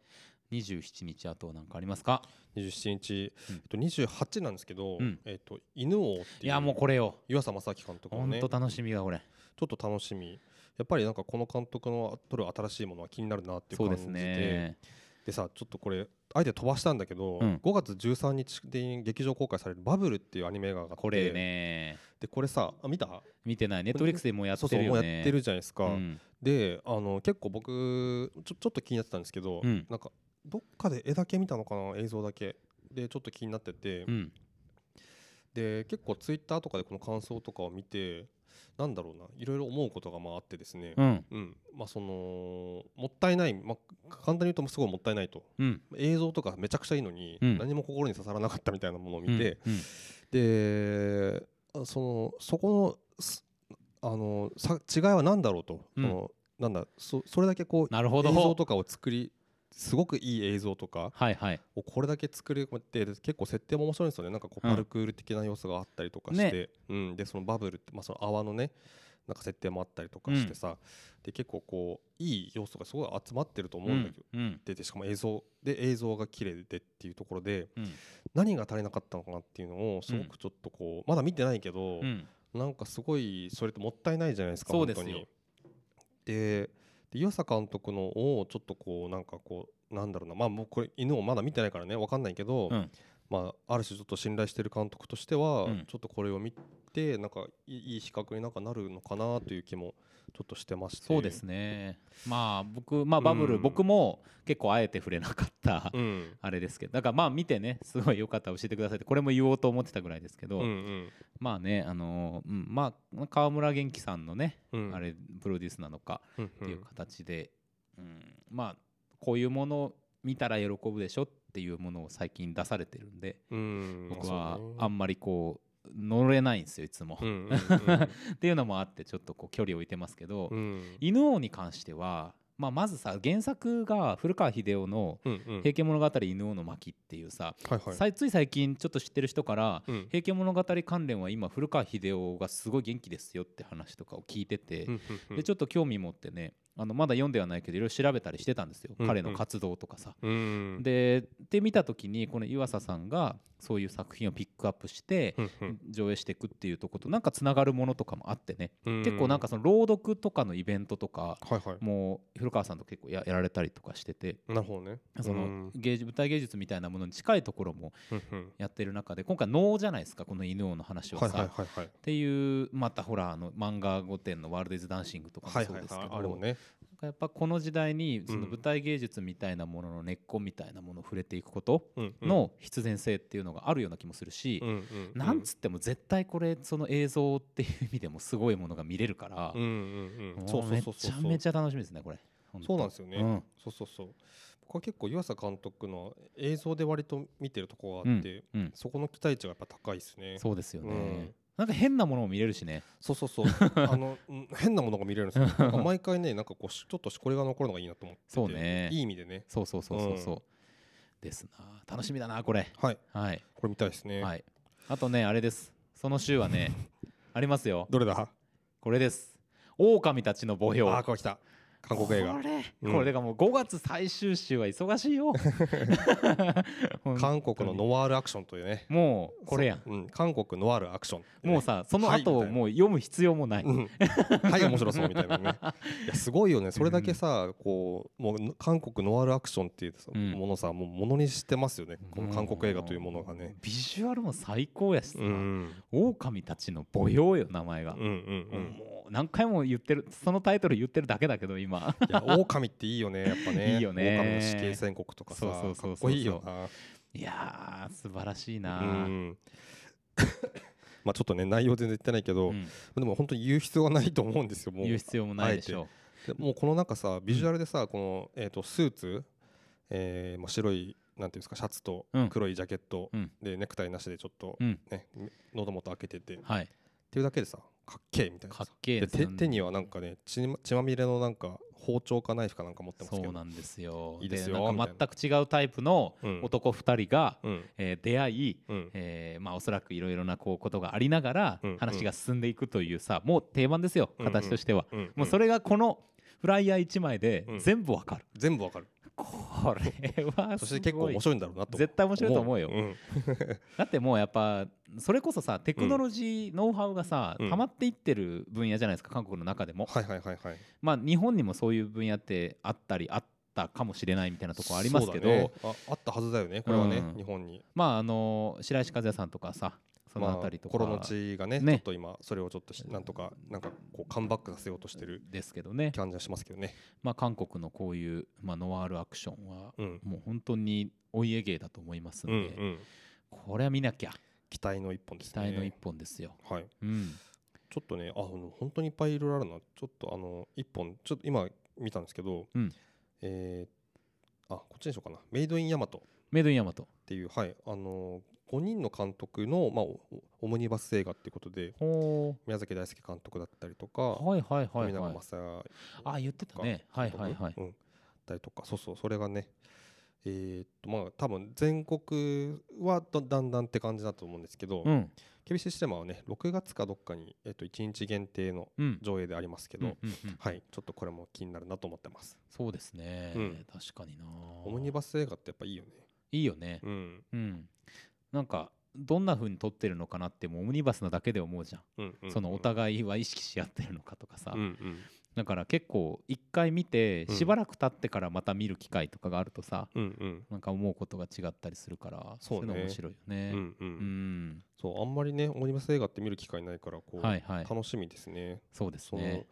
S1: 27日あとは何かありますか
S2: 27日、
S1: うん
S2: えっと28なんですけど、
S1: うん
S2: えっと犬王っていう
S1: いやもうこれよ
S2: 湯浅正明監督の
S1: 本
S2: ね
S1: 当楽しみがこれ
S2: ちょっと楽しみやっぱりなんかこの監督の取る新しいものは気になるなっていう
S1: そうで
S2: 感じ
S1: す
S2: で
S1: ね
S2: でさちょっとこれあえて飛ばしたんだけど、
S1: うん
S2: 5月13日に劇場公開される「バブル」っていうアニメ映画があって
S1: これね
S2: でこれさあ見た
S1: 見てないネットフリックスでもうやっ
S2: そう
S1: て
S2: そう
S1: る
S2: もう
S1: よ
S2: や
S1: ね
S2: ってるじゃないですか、
S1: うん
S2: であの結構僕ちょちょっと気になってたんですけど、
S1: うん
S2: なんかどっかで絵だけ見たのかな映像だけでちょっと気になってて、
S1: うん
S2: で結構ツイッターとかでこの感想とかを見てなんだろうないろいろ思うことがまああってですね、
S1: うん
S2: うん、まあそのもったいない、まあ、簡単に言うとすごいもったいないと
S1: うん
S2: 映像とかめちゃくちゃいいのに、
S1: うん
S2: 何も心に刺さらなかったみたいなものを
S1: う
S2: 見
S1: ん
S2: て、
S1: うん
S2: であそのそこのすあのさ違いは何だろうと、
S1: うん
S2: そのなんだそそれだけこう
S1: なるほ
S2: 映像
S1: ど
S2: とかを作りすごくいい映像とか
S1: はいはい
S2: をこれだけ作り込めて結構設定も面白いんですよねなんかこう
S1: うん
S2: パルクール的な要素があったりとかして、うん、でそのバブルって、まあ、その泡のねなんか設定もあったりとかしてさ、で結構こういい要素がすごい集まってると思
S1: う
S2: うんだ
S1: ん
S2: けど、
S1: うん
S2: ででしかも映像で映像が綺麗でっていうところで
S1: うん
S2: 何が足りなかったのかなっていうのをすごくちょっとこう、まだ見てないけ
S1: う
S2: ど、
S1: ん
S2: なんかすごいそれってもったいないじゃないですか
S1: そう
S2: 本
S1: です
S2: 当
S1: よ
S2: に。でで湯浅監督のをちょっとこうなんかこうなんだろうなまあもうこれ犬をまだ見てないからねわかんないけど、
S1: うん
S2: まあ、ある種ちょっと信頼してる監督としては、
S1: うん
S2: ちょっとこれを見てなんかいいいい比較になんかなるのかなという気もちょっとしてまして
S1: そうですねまあ僕まあバブル、
S2: うん
S1: 僕も結構あえて触れなかった、
S2: うん
S1: あれですけどだからまあ見てねすごい良かったら教えてくださいってこれも言おうと思ってたぐらいですけ
S2: う
S1: ど、
S2: んうん
S1: まあねあのーうんまあ川村元気さんのね、
S2: うん
S1: あれプロデュースなのか
S2: うん
S1: っていう形で、うんまあこういうものを見たら喜ぶでしょっていうものを最近出されてるんで
S2: うん
S1: 僕はあ
S2: あ
S1: んまりこう乗れないんですよいつも、
S2: そうね
S1: っていうのもあってちょっとこう距離を置いてますけど、
S2: うんうん
S1: 犬王に関しては、まあ、まずさ原作が古川英夫の
S2: うんう
S1: 「
S2: ん
S1: 平家物語犬王の巻」っていうさ、
S2: はいはい
S1: さいつい最近ちょっと知ってる人から「
S2: うん
S1: 平家物語」関連は今古川英夫がすごい元気ですよって話とかを聞いてて、
S2: うんうん
S1: でちょっと興味持ってねあのまだ読んではないけどいろいろ調べたりしてたんですよ、
S2: うんうん
S1: 彼の活動とかさ。
S2: うん
S1: でで見た時にこの湯浅さんがそういう作品をピックアップして
S2: うんうん
S1: 上映していくっていうとことなんかつながるものとかもあってね
S2: うん
S1: 結構なんかその朗読とかのイベントとか
S2: はいはい
S1: もう古川さんと結構ややられたりとかしてて
S2: なるほどね
S1: その芸術舞台芸術みたいなものに近いところも
S2: うんうん
S1: やってる中で今回能じゃないですかこの犬王の話は
S2: はい
S1: さ、
S2: はいはいはい
S1: っていうまたほらあの漫画御殿の「ワールド・イズ・ダンシング」とかも
S2: はい
S1: そう
S2: はい
S1: ですけど、
S2: はいあれもね
S1: なんかやっぱこの時代にその
S2: うん
S1: 舞台芸術みたいなものの根っこみたいなものを触れていくこと
S2: うんうん
S1: の必然性っていうのがあるような気もするし
S2: う、んうん
S1: なんつっても絶対これその映像っていう意味でもすごいものが見れるから、
S2: うんうんうん
S1: もう
S2: そうそうそうそ
S1: め
S2: う
S1: ちゃめちゃ楽しみですねこれ
S2: そうなんですよね、
S1: うん
S2: そうそうそう僕は結構湯浅監督の映像で割と見てるとこがあって、
S1: うんうん
S2: そこの期待値がやっぱ高いですね
S1: そうですよね、
S2: うん
S1: なんか変なものも見れるしね
S2: そうそうそう あのうん変なものが見れるんですよなんか毎回ねなんかこうしちょっとしこれが残るのがいいなと思ってて
S1: そうね
S2: いい意味でね
S1: そうそうそうそうそう、
S2: う
S1: ですな楽しみだなこれ
S2: はい
S1: はい、
S2: これ見たいですね、
S1: はいあとねあれですその週はねありますよ
S2: どれだ
S1: これです狼たちの墓標
S2: ああこれ来た韓国映
S1: こ
S2: 画
S1: れ、
S2: うん
S1: これがもう5月最終週は忙しい よほん
S2: 韓国のノワールアクションというね
S1: もうこれやん
S2: そううん、韓国ノワールアクション、
S1: もうさその後
S2: はいみたいな
S1: もう読む必要もない、
S2: うんはい面白そうみたい なねいやすごいよねそれだけさ、こうもう韓国ノワールアクションっていうさ
S1: うん
S2: ものさ、もうものにしてますよねこの韓国映画というものが
S1: もう
S2: ね
S1: ビジュアルも最高やしさ、
S2: うんうん
S1: 狼たちの母用よ名前が、
S2: うんうん
S1: もう何回も言ってるそのタイトル言ってるだけだけど今
S2: いや狼っていいよねやっぱね
S1: いいよね
S2: 狼の死刑宣告とかさ
S1: そうそうそうそう
S2: かっこいいよない
S1: やー素晴らしいな
S2: う
S1: ー、
S2: ん まあちょっとね内容全然言ってないけど、
S1: うん
S2: でも本当に言う必要はないと思うんですよもう
S1: 言う必要もないでしょ
S2: でもうこの中さビジュアルでさ、この、えー、とスーツ、えーまあ、白いなんていうんですかシャツと
S1: うん
S2: 黒いジャケット、
S1: うん
S2: でネクタイなしでちょっと
S1: う、うん、
S2: ね喉元開けててっ
S1: はい
S2: ていうだけでさかっけえみたいな
S1: か
S2: さ
S1: っけえ
S2: で手手に
S1: は
S2: はなんかね血ま血まみれのなんか包丁かナイフかなんか持ってますけど
S1: そうなんですよ
S2: いいです
S1: な
S2: よ
S1: んか全く違うタイプの
S2: うん
S1: 男2人が、
S2: うん
S1: えー出会い
S2: うん
S1: えーまあ、おそらくいろいろなこうことがありながら
S2: うんうん
S1: 話が進んでいくというさ、もう定番ですよ
S2: うんうん
S1: 形としては、
S2: うん
S1: もうそれがこのフライヤー1枚で
S2: うん
S1: 全部わかる、
S2: 全部わかる
S1: これは
S2: そし
S1: す
S2: て結構
S1: ごい
S2: 面白いんだろうなと
S1: 絶対面白いと思うよ
S2: ん
S1: だってもうやっぱそれこそさテクノロジーノウハウがさ、
S2: うん
S1: 溜まっていってる分野じゃないですか韓国の中でも、
S2: はいはいはいはい
S1: まあ日本にもそういう分野ってあったりあったかもしれないみたいなとこありますけど、
S2: そうだねああったはずだよねこれはね、
S1: うん
S2: 日本に
S1: まああの白石和也さんとかさそのあたりとか、
S2: まあ、コロの血がね
S1: ね
S2: ちょっと今それをちょっとしなんとかなんかこうカムバックさせようとしてる
S1: ですけどね、
S2: 感じはしますけどね。
S1: まあ、韓国のこういう、まあ、ノワールアクションは
S2: うん、
S1: もう本当にお家芸だと思います
S2: うん
S1: ので、
S2: うん
S1: これは見なきゃ
S2: 期待の一本です
S1: 期
S2: ね。
S1: 待の一本ですよ。
S2: はい。
S1: うん、
S2: ちょっとね、あの本当にいっぱいいろいろあるな。ちょっとあの一本ちょっと今見たんですけど、
S1: うん
S2: えーあこっちにしようかな。メイドインヤマトっ
S1: メイドインヤマト。
S2: ていうはいあの五人の監督のまあおオムニバス映画っていうことで
S1: ほ
S2: 宮崎大輔監督だったりとか、
S1: ーはいはいはい
S2: 富
S1: は
S2: 永
S1: い。
S2: 正也
S1: あ言ってたね。はいはいはい。
S2: うん、だりとかそうそうそれがねえーっとまあ多分全国はだだんだんって感じだと思うんですけど、
S1: うん
S2: ケビシステマはね6月かどっかに、えっと1日限定の
S1: うん。
S2: 上映でありますけ
S1: うん
S2: ど、
S1: うんうん
S2: はいちょっとこれも気になるなと思ってます
S1: そうですね、
S2: うん
S1: 確かにな
S2: オムニバス映画ってやっぱいいよね
S1: いいよね、
S2: うん
S1: うんなんかどんな風に撮ってるのかなってもうオムニバスなだけで思うじゃん、
S2: うんうん
S1: そのお互いは意識し合ってるのかとかさ、
S2: うんうん
S1: だから結構一回見て
S2: うん
S1: しばらく経ってからまた見る機会とかがあるとさ、
S2: うんうん
S1: なんか思うことが違ったりするから
S2: そうね
S1: いの面白いよね
S2: う。んう
S1: うんん、
S2: そうあんまりねオニバス映画って見る機会ないからこう
S1: はいはい
S2: 楽しみですね。
S1: そうです
S2: その
S1: ね。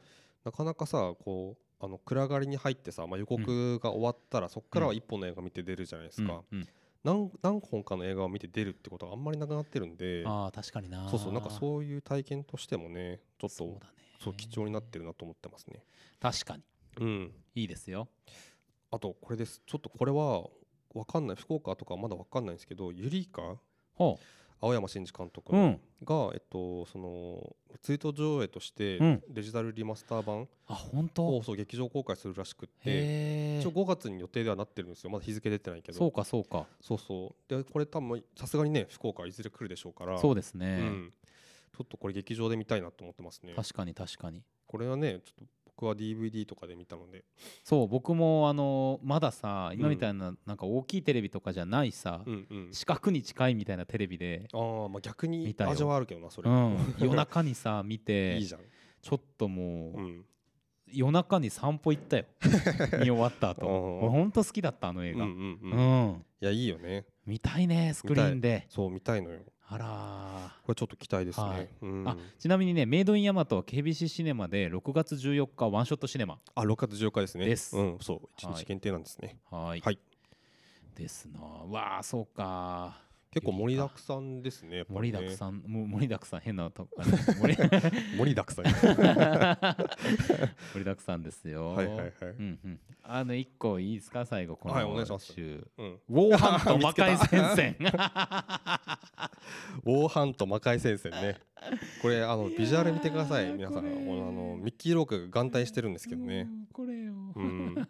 S2: なかなかさこうあの暗がりに入ってさ、まあ、予告が終わったらそこからは
S1: うん
S2: 一本の映画見て出るじゃないですか、
S1: うんうん
S2: 何何本かの映画を見て出るってことがあんまりなくなってるんで
S1: ああ確かにな。
S2: そうそうなんかそういう体験としてもねちょっと
S1: そうだね。
S2: そう貴重になってるなと思ってますね。
S1: 確かに
S2: うん、
S1: いいですよ。
S2: あとこれですちょっとこれはわかんない福岡とかはまだわかんないんですけどユリイカ
S1: ほ
S2: 青山真司監督
S1: う。う
S2: の
S1: ん。
S2: が、えっと、そのツイート上映として
S1: うん
S2: デジタルリマスター版
S1: あ本
S2: を
S1: 当。
S2: そう劇場公開するらしくって
S1: へえ
S2: 一応。5月に予定ではなってるんですよまだ日付出てないけど
S1: そうかそうか。
S2: そうそうでこれ多分さすがにね福岡いずれ来るでしょうから
S1: そうです
S2: う
S1: ね。
S2: ん、ちょっとこれ劇場で見たいなと思ってますね
S1: 確かに確かに。
S2: これはねちょっと僕は DVD とかで見たので
S1: そう僕もあのまださ今みたいななんか大きいテレビとかじゃないさ、
S2: うんうん
S1: 四角に近いみたいなテレビで、
S2: あー、まあ逆に
S1: 見たよ
S2: 味はあるけどなそれ、
S1: うん、夜中にさ見て
S2: いいじゃん、
S1: ちょっともう、
S2: うん、
S1: 夜中に散歩行っ たよ見終わった後
S2: うん
S1: 俺ほんと好きだったあの映
S2: うんう
S1: 画、うん
S2: んう
S1: う
S2: ん
S1: ん、
S2: いやいいよね
S1: 見たいねスクリーンで
S2: そう見たいのよ
S1: あら
S2: これちょっと期待ですね、
S1: はい
S2: うん
S1: ーあちなみにねメイドインヤマトは KBC シネマで6月14日ワンショットシネマ
S2: あ、6月14日ですね。
S1: です
S2: うん、そう、一
S1: はい
S2: 日限定なんですね。
S1: はい
S2: はい
S1: ですなわあそうか
S2: 結構盛りだくさんですね。やっぱ
S1: 盛
S2: り
S1: り
S2: ね
S1: だくさん、もう盛りだくさん変なとこ 盛り
S2: 盛りだくさん。は
S1: 盛りだくさんです よ
S2: いはいはい。
S1: うんうん、あの一個いいですか最後この
S2: はいお願いします
S1: 週
S2: うん、
S1: ウォーハンと魔
S2: 見つけた
S1: 界戦線
S2: ウォーハンと魔界戦 線ね。これあのビジュアル見てください皆さん。
S1: こ
S2: こ
S1: れ
S2: のあのミッキーロークが眼帯してるんですけどね。
S1: もうこれよ、
S2: うん。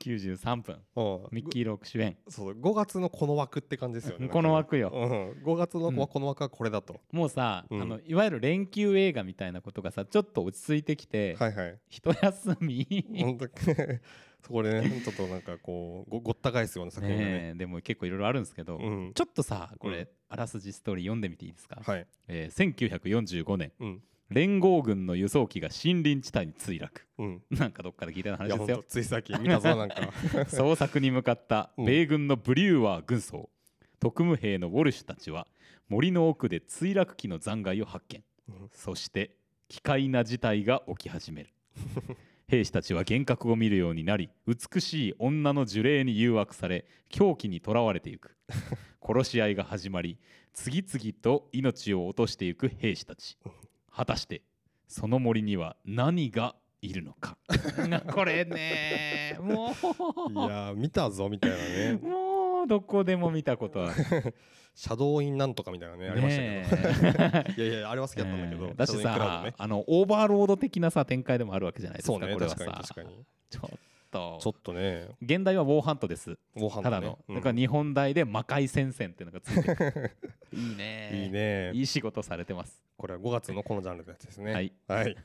S1: 93分
S2: うん
S1: ミッキー・ローク主演
S2: そう5月のこの枠って感じですよ ね。
S1: この枠よ
S2: うん。5月の
S1: うん
S2: この枠はこれだと。
S1: もうさ、
S2: うん
S1: あのいわゆる連休映画みたいなことがさちょっと落ち着いてきて、
S2: はいはい。
S1: 一休み
S2: 本当 そこでねちょっとなんかこうごごった返すような作品がね。
S1: ねえでも結構いろいろあるんですけど、
S2: うん。
S1: ちょっとさこれ、
S2: うん
S1: あらすじストーリー読んでみていいですか、
S2: はい。
S1: えー1945年
S2: うん
S1: 連合軍の輸送機が森林地帯に墜落
S2: うん。
S1: なんかどっかで聞いたようない話で
S2: や本
S1: すよ
S2: 当つい最近見たぞなん か
S1: 捜索に向かった
S2: うん
S1: 米軍のブリューワー軍曹、特務兵のウォルシュたちは森の奥で墜落機の残骸を発見
S2: うん
S1: そして奇怪な事態が起き始 める兵士たちは幻覚を見るようになり美しい女の呪霊に誘惑され狂気にとらわれていく殺し合いが始まり次々と命を落としていく兵士たち果たしてその森には何がいるのかなこれねも
S2: いうやー見たぞみたいなね
S1: もうどこでも見たことある
S2: シャドウインなんとかみたいなねありましたけ
S1: ねえ
S2: ど いやいやあれは好きだったんだけど、
S1: えーだし
S2: シャドウインクラウド
S1: さ、
S2: ね
S1: あのオーバーロード的なさ展開でもあるわけじゃないですか
S2: そうね
S1: これは
S2: 確かに
S1: さ
S2: 確かに
S1: ちょっと
S2: ちょっとね
S1: 現代はウォーハントです
S2: ご飯
S1: ただ
S2: ね
S1: の、
S2: うん
S1: だから日本代で魔界戦線っていうのがついてる いいね
S2: いいね
S1: いい仕事されてます
S2: これは5月のこのジャンルのやつですね
S1: はい、
S2: はい、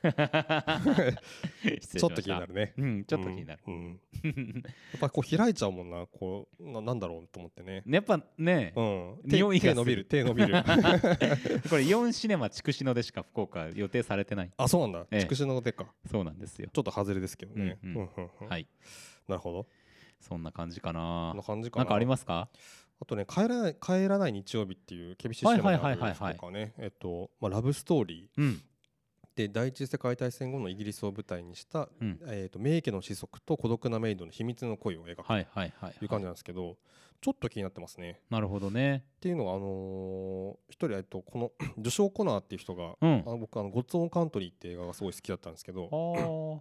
S1: ち
S2: ちょっと気になるね
S1: うんちょっと気になる、
S2: うんうん やっぱこう開いちゃうもんなこうななんだろうと思ってね
S1: やっぱね、
S2: うん手
S1: 匂いがする
S2: 手伸びる手伸びる
S1: これ4シネマ筑紫野でしか福岡予定されてない
S2: あそうなんだ
S1: ええ
S2: 筑紫の手か
S1: そうなんですよ
S2: ちょっと外れですけどね、
S1: うんうん
S2: うんうん
S1: はい
S2: なるほど
S1: そんな感じか
S2: こ
S1: なん
S2: な感じか
S1: な
S2: なん
S1: かありますか
S2: あとね帰らない帰らない日曜日っていう厳しいシ
S1: はい
S2: ネマの
S1: はい
S2: あ
S1: はいはい
S2: る
S1: はい
S2: とかねえっとまあラブストーリ
S1: うん
S2: ーで第一次世界大戦後のイギリスを舞台にした、
S1: うん
S2: えっと名家の子息と孤独なメイドの秘密の恋を描くと
S1: はいはいはい
S2: いう感じなんですけど、ちょっと気になってますね。
S1: なるほどね
S2: っていうのはあのー一人えっとこの ジョショー・コナーっていう人が、
S1: うん
S2: あの僕あの「ゴッツ・オン・カントリー」って映画がすごい好きだったんですけ
S1: あ
S2: ど、
S1: あは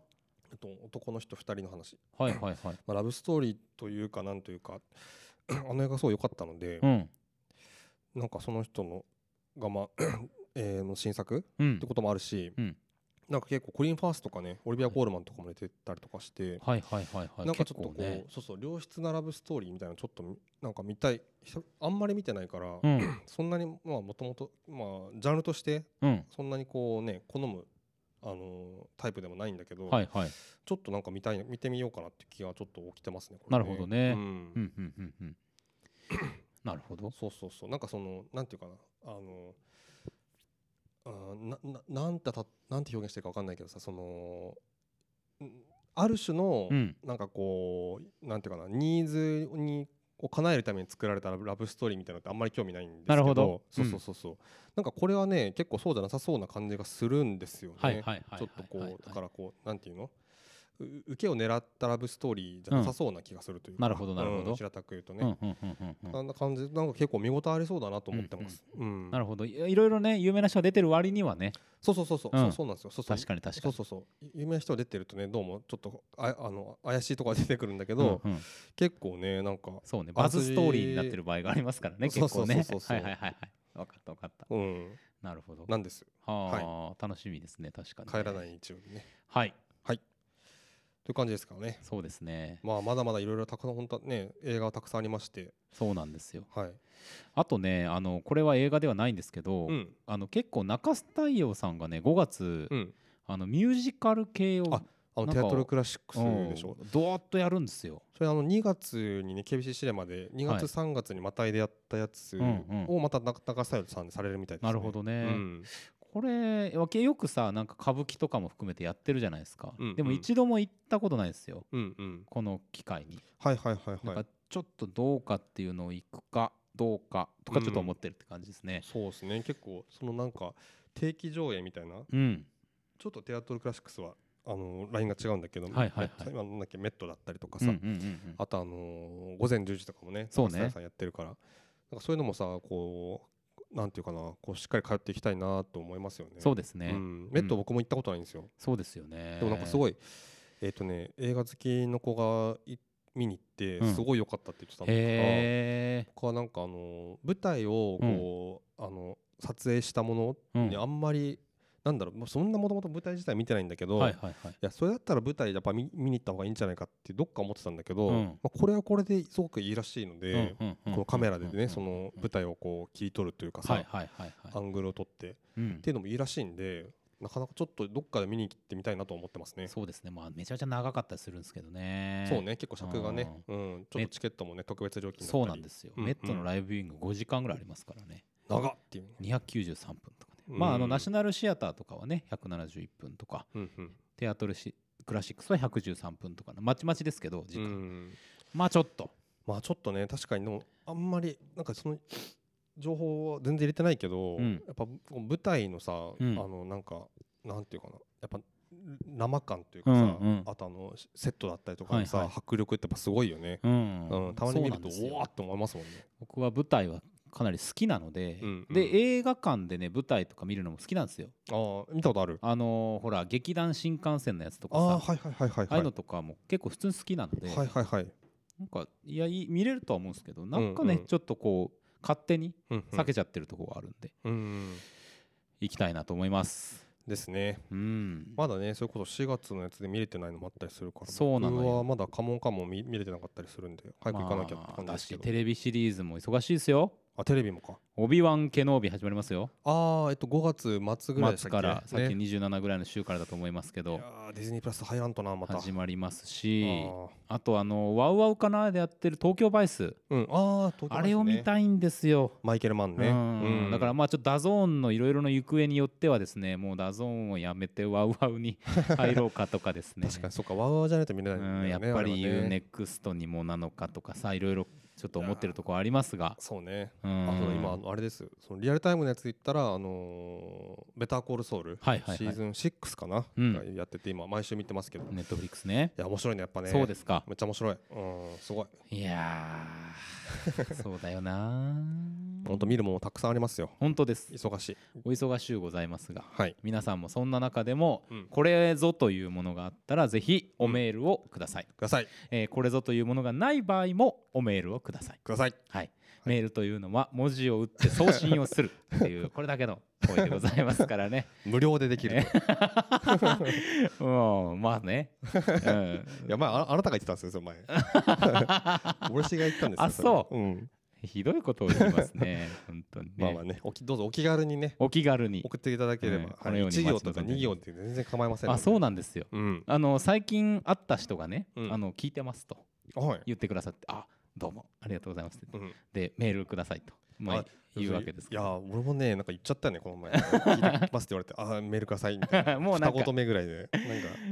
S2: えっと、男の人2人の話、
S1: いはいはい
S2: まあ、ラブストーリーというかなんというか あの映画すごい良かったので
S1: う、ん
S2: なんかその人のがまあ えーの新作
S1: うん
S2: ってこともあるし、
S1: うん
S2: なんか結構コリン・ファースとかねオリビア・コールマンとかも出てたりとかして、
S1: はいはいはいはい
S2: なんかちょっとこ
S1: 結
S2: う、
S1: 構ね
S2: そうそう良質なラブストーリーみたいなのちょっとみなんか見たいひとあんまり見てないから、
S1: うん
S2: そんなにまあもともとまあジャンルとして
S1: うん
S2: そんなにこうね好むあのータイプでもないんだけど、
S1: はいはい
S2: ちょっとなんか見たい見てみようかなって気がちょっと起きてますねこれ
S1: なるほどね
S2: うん
S1: うんうんうんう んなるほど
S2: そうそうそうなんかそのなんていうかなあのあーなななんてたなんて表現してるかわかんないけどさそのんある種の、
S1: うん
S2: なんかこうなんていうかなニーズにを叶えるために作られたラブストーリーみたいなのってあんまり興味ないんですけど
S1: なるほど
S2: そうそうそうそう、なんかこれはね結構そうじゃなさそうな感じがするんですよね、
S1: はいはいはい
S2: ちょっとこう、
S1: はいはい
S2: だからこうなんていうのう受けを狙ったラブストーリーじゃなさそうな気がするというか、
S1: なるほどなるほど
S2: うん平たく言うと
S1: うんうん
S2: ね、
S1: うんうんうん
S2: あんな感じなんか結構見応えありそうだなと思ってます、うん
S1: なるほどいいろいろね有名な人が出てる割にはね
S2: そうそうそうそう、
S1: うん
S2: そうそうなんですよそうそう
S1: 確かに確か
S2: そう
S1: に
S2: そうそう有名な人が出てるとねどうもちょっとああの怪しいとこが出てくるんだけど、
S1: うんうん
S2: 結構ねなんか
S1: そうね
S2: あ
S1: バズストーリーになってる場合がありますからね
S2: そ
S1: 結
S2: うそ
S1: 構
S2: う
S1: ね
S2: そうそう
S1: はいはいはいはい分かった分かった
S2: うん
S1: なるほど
S2: なんですよ
S1: はあ楽しみですね確かに
S2: 帰らないい一応にね
S1: はい
S2: という感じですからね
S1: そうですね
S2: まあまだまだいろいろたくさん本当はね映画はたくさんありまして
S1: そうなんですよ
S2: はい
S1: あとねあのこれは映画ではないんですけど、
S2: うん
S1: あの結構中須太陽さんがね5月、
S2: うん
S1: あのミュージカル系を
S2: ああ
S1: なんか
S2: のテアトルクラシックス
S1: うん
S2: でしょ
S1: ドワッとやるんですよ
S2: それあの2月にね KBC シネマで2
S1: はい
S2: 月3月にまたいでやったやつ
S1: うんうん
S2: をまた中田さんでされるみたいですね
S1: なるほどね
S2: うん
S1: これわけよくさなんか歌舞伎とかも含めてやってるじゃないですか、
S2: うん
S1: でも
S2: うん
S1: 一度も行ったことないですよ
S2: うんうん
S1: この機会に、
S2: はいはいはい
S1: なん
S2: は
S1: か
S2: い
S1: ちょっとどうかっていうのを行くかどうかとかちょっと思ってるって感じですね
S2: そうですね結構そのなんか定期上映みたいな
S1: うん、
S2: ちょっとテアトルクラシックスはあのラインが違うんだけど、
S1: はいはいはい
S2: 今なんだっけメットだったりとか
S1: う
S2: さ、
S1: んうんうんうん
S2: あとあのー午前10時とかもね、
S1: そうね
S2: スタッフさんやってるから、なんかそういうのもさ、こうなんていうかな、こうしっかり通っていきたいなと思いますよね。
S1: そうですね、
S2: うん、メット僕も行ったことないんですよ。
S1: そうですよね
S2: でもなんかすご
S1: い
S2: い、えっ、とね、映画好きの子がい見に行って
S1: うん、
S2: すごい良かったって言ってたのとか、
S1: へえ
S2: 僕はなんかあのー舞台をこう、あの撮影したものにあんまり、なんだろう、もうそんなもともと舞台自体見てないんだけど。
S1: はいはいはい
S2: いやそれだったら舞台やっぱ見見に行った方がいいんじゃないかってどっか思ってたんだけど、
S1: うん
S2: まあ、これはこれですごくいいらしいので、
S1: こ
S2: このカメラでねその舞台をこう切り取るというかさ、
S1: はいはいはい
S2: ア
S1: はい
S2: ングルを撮ってっ
S1: うん
S2: ていうのもいいらしいんでなかなかちょっとどっかで見に行ってみたいなと思ってますね。
S1: そうですねまあめちゃめちゃ長かったりするんですけどね
S2: そうね結構尺がね、うん、ちょっ
S1: ね
S2: とチケットもね特別料金だったり
S1: そうなんですよ
S2: うんうん
S1: メットのライブビューイング5時間ぐらいありますからね
S2: 長っっていう、
S1: 293分とかね
S2: うん
S1: まああのナショナルシアターとかはね171分とか
S2: うんうん
S1: テアトルシクラシックスは113分とかまちまちですけど時
S2: う
S1: 間
S2: ん、
S1: まあちょっと
S2: まあちょっとね確かにでもあんまりなんかその情報は全然入れてないけど、
S1: うん
S2: やっぱこう舞台のさ、
S1: ん
S2: あのなんかなんていうかなやっぱ生感というかさ、
S1: うんうん
S2: あとあのセットだったりとかのさ、
S1: はいはい
S2: 迫力ってやっぱすごいよね、
S1: う
S2: うん
S1: ん
S2: たまに見る
S1: そうな
S2: と
S1: んですよ
S2: おわーって思いますもんね
S1: 僕は舞台はかなり好きなので
S2: うんうん
S1: で映画館でね舞台とか見るのも好きなんですよ
S2: ああ見たことある
S1: あのーほら劇団新幹線のやつとか
S2: ああ
S1: さ
S2: はいはいはいはい
S1: ああ
S2: はいいう
S1: のとかも結構普通に好きなので、
S2: はいはいはい
S1: なんかいやいい見れるとは思うんですけどなんかね、
S2: うんうん
S1: ちょっとこう勝手に
S2: うんうん
S1: 避けちゃってるところがあるんで、
S2: うんうん
S1: 行きたいなと思います
S2: ですね
S1: うん、
S2: まだねそれこそ4月のやつで見れてないのもあったりするから
S1: そうなのよ
S2: 僕はまだカモンカモン見見れてなかったりするんで早く行かなきゃって感
S1: ま
S2: じ
S1: あ
S2: で
S1: だ
S2: すけ
S1: し
S2: ど、
S1: テレビシリーズも忙しいですよ
S2: あテレビもか
S1: 「オビワン・ケノービ」始まりますよ
S2: ああ、えっと、5月末ぐらいで
S1: 末
S2: したっけ
S1: からさっき
S2: ね
S1: 27ぐらいの週からだと思いますけ
S2: い
S1: ど、
S2: やーディズニープラス入らんとな、また。
S1: 始まります
S2: あ
S1: し
S2: ー
S1: あとあの「ワウワウかな」でやってる「東京バイス」
S2: うん、あー東京
S1: あれを見
S2: い。
S1: たいんですよ
S2: マイケル・マンね。
S1: うんだから
S2: うん
S1: まあちょっとダゾーンのいろいろの行方によってはですねもうダゾーンをやめてワウワウに入ろうかとかですね
S2: 確かに、そうか、ワウワウじゃないと見れないんだよ
S1: うん
S2: ね。
S1: やっぱり
S2: あれは
S1: UNEXT にもなのかとかさいろいろちょっと思ってるところありますが
S2: そうね。
S1: うん
S2: あそうだ今、あのあれですよ。そのリアルタイムのやつで言ったら、あのーベターコールソウル、
S1: はいはいはい
S2: シーズン6かな、
S1: うん
S2: がやってて、今、毎週見てますけど。い
S1: ネットフリックスね
S2: や、面白いね、やっぱね。
S1: そうですか
S2: めっちゃ面白い。うん、すごい。
S1: いやー そうだよな
S2: ほんと見るものたくさんありますよ。
S1: 本当です
S2: 忙しい。
S1: お忙しゅうございますが
S2: はい。
S1: 皆さんもそんな中でも
S2: うん
S1: これぞというものがあったらぜひおメールをください、
S2: ください。
S1: えーこれぞというものがない場合もおメールをください
S2: ください。
S1: はい、メールというのは文字を打って送信をするっていうこれだけの声でございますから ね。
S2: 無料でできる。
S1: うん、まあね。うん、
S2: いやまあああなたが言ってたんですよそれ前 俺しが言ったんですよ、
S1: あそう
S2: うん、
S1: ひどいことを言いますね。本当にね。
S2: まあまあねおきどうぞお気軽にね
S1: お気軽に。
S2: 送っていただければ、
S1: ええ
S2: はい
S1: このように
S2: 1行と
S1: 待ち望
S2: か
S1: んでおります
S2: 2行って全然構いませんの
S1: あ、
S2: で
S1: そうなんですよ。
S2: うん
S1: あの最近会った人がね、
S2: うん
S1: あの聞いてますと
S2: はい、
S1: 言ってくださって、あ、どうもありがとうございますって。
S2: うん、
S1: でメールくださいと。まあ
S2: あ
S1: 言うわけです
S2: い
S1: けど
S2: やー俺もねなんか言っちゃったよねこの前聞いてますって言われてあーメールくださいみたい な
S1: もうなんか
S2: 二言目ぐらいで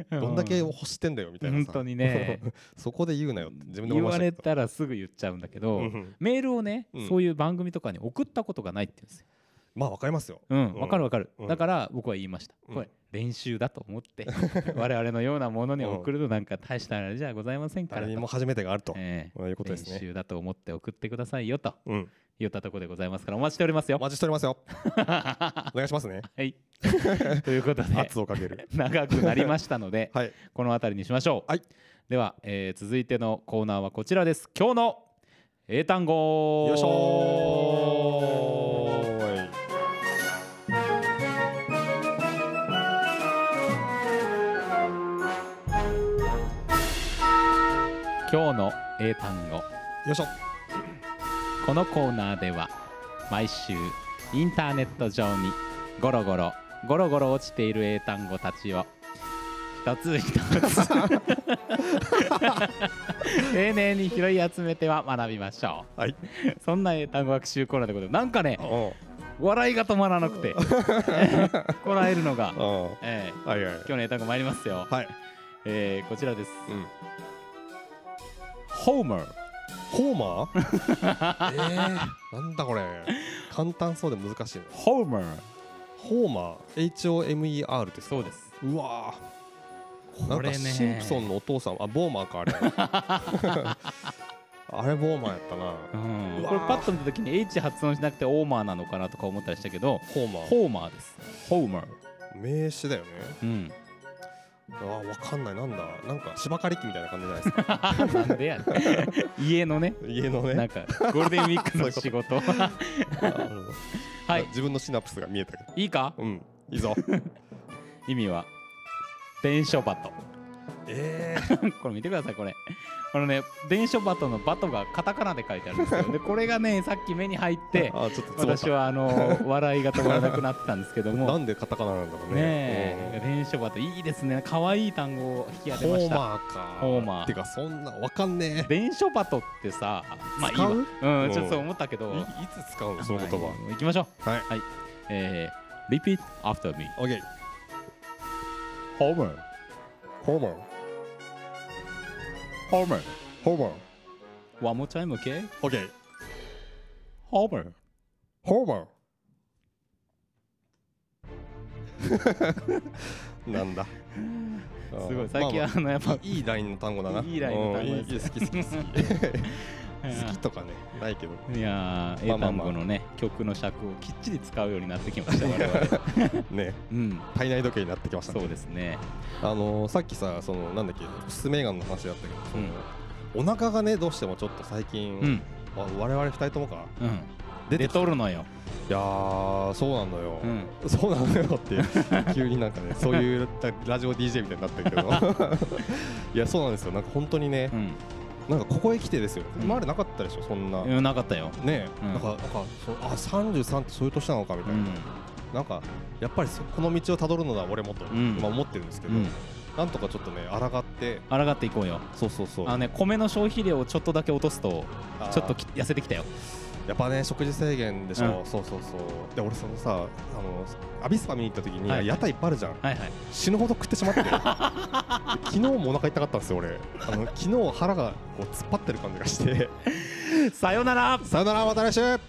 S2: なんかどんだけ
S1: うん
S2: 欲してんだよみたいなさ
S1: 本当にね
S2: そこで言うなよって自分で思
S1: 言
S2: いまし
S1: わ
S2: たけ
S1: れ
S2: ど
S1: たらすぐ言っちゃうんだけど、
S2: うんうん
S1: メールをね、
S2: うん
S1: そういう番組とかに送ったことがないって言うんですよ。
S2: まあわかりますよ
S1: うん、わかるわかる、
S2: うん
S1: だから僕は言いました。
S2: うん
S1: これ練習だと思 って、我々のようなものに送るとなんか大したあれじゃございませんから
S2: 誰
S1: と
S2: にも初めてがあると
S1: ええ
S2: いうことです
S1: 練
S2: ね
S1: 習だと思って送ってくださいよと
S2: うん
S1: 言ったところでございますからお待ちしておりますよ
S2: お。待ちしておりま すよお願いしますね
S1: はい、 ということで
S2: 圧をかける
S1: 長くなりましたので、
S2: はい
S1: この辺りにしましょう、
S2: はい
S1: では、えー続いてのコーナーはこちらです今日の英単語
S2: よいしょーい
S1: 今日の英単語
S2: よいしょ
S1: このコーナーでは毎週インターネット上にゴロゴロゴロゴロ落ちている英単語たちを一つ一 つ丁寧に拾い集めては学びましょ
S2: はいう
S1: そんな英単語学習コーナーでございますなんかね
S2: うん
S1: 笑いが止まらなくて こらえるの が、
S2: うん
S1: ええ
S2: はいはい
S1: 今日の英単語参りますよ、
S2: はい
S1: えーこちらです
S2: うん
S1: ホーマー
S2: ホーマー えーなんだこれ簡単そうで難しいな
S1: ホーマー
S2: ホーマー HOMER ですか
S1: そうです
S2: うわーな
S1: こ
S2: ん
S1: れ
S2: か
S1: ね
S2: シンプソンのお父さんあボーマーかあれ あれボーマーやったな
S1: うん
S2: うわー
S1: これパッと見た時に H 発音しなくてオーマーなのかなとか思ったりしたけど
S2: ホーマー
S1: ホーマーですホーマー
S2: 名詞だよね
S1: うん
S2: あーわかんないなんだなんか芝刈り機みたいな感じじゃない ですか
S1: あなんでやねん家のね
S2: 家の
S1: なん
S2: ね
S1: かゴールデンウィークの仕事
S2: あの
S1: はい
S2: 自分のシナプスが見えたけど
S1: いいか
S2: うんいい ぞ
S1: 意味は伝書バト
S2: え
S1: これ見てくださいこれこのね伝書バトのバトがカタカナで書いてあるんですよでこれがねさっき目に入っ
S2: え
S1: て
S2: あーちょっとつぼっ
S1: 私はあの笑いが止まらなくなってたんですけど
S2: たな
S1: も
S2: んでカタカナなんだろうね
S1: ね
S2: うん
S1: え伝書バトいいですね可愛い単語を引き当てました
S2: ホーマーか
S1: ホーマー
S2: てかそんなわかんねえ
S1: 伝書バトってさまあいい
S2: 使
S1: わ
S2: う
S1: うんちょっとそう思ったけど
S2: いいつ使うのその言葉
S1: まあいきましょう
S2: はい
S1: えー Repeat after me
S2: オッケー
S1: Homer
S2: ホーマー
S1: Homer
S2: ホーマー
S1: One more time okay
S2: オッケー
S1: Homer
S2: ホー マーなんだ
S1: すごい最近
S2: まあま
S1: あのやっ
S2: あ
S1: ぱ
S2: いいラインの単語だない
S1: いラインの単語
S2: うんいい
S1: で
S2: 好き好き好き好きとかねない けど
S1: いやー
S2: まあ
S1: 英
S2: まあ
S1: 単
S2: まあ
S1: 語のね曲の尺をきっちり使うようになってきました 我々
S2: ね
S1: うん
S2: 体内時計になってきましたね
S1: そうですね
S2: あのーさっきさそのなんだっけオスメガンの話だったけ
S1: う
S2: ど
S1: ん
S2: そのお腹がねどうしてもちょっと最
S1: う
S2: 近
S1: ん
S2: わ我々二人ともか
S1: うん
S2: 出て
S1: 出
S2: きた
S1: とるのよ
S2: いやーそうなんだよ、
S1: うん
S2: そうなんだよって 急になんかねそういうララジオ DJ みたいになったけど いやそうなんですよなんか本当にね
S1: う、ん
S2: なんかここへ来てですよ
S1: うん
S2: 今までなかったでしょそんな、
S1: うんなかったよ
S2: ねえ、
S1: うん
S2: なんかなんかそうあ33ってそういう年なのかみ
S1: う
S2: たいな、
S1: ん
S2: なんかやっぱりそこの道をたどるのだ俺もと、
S1: ん
S2: 今思ってるんですけ
S1: う
S2: ど、
S1: ん
S2: なんとかちょっとね抗って
S1: 抗っていこうよ
S2: そうそうそう
S1: あのね米の消費量をちょっとだけ落とすと
S2: あー
S1: ちょっとき痩せてきたよ
S2: やっぱね食事制限でしょ、
S1: う
S2: そうそうそうで俺そのさあのアビスパ見に行った時に、
S1: はい
S2: 屋台いっぱいあるじゃん
S1: はいはい
S2: 死ぬほど食ってしまっ てで昨日もお腹痛かったんですよ俺あの昨日腹がこう突っ張ってる感じがして
S1: さよなら
S2: さよならまた来週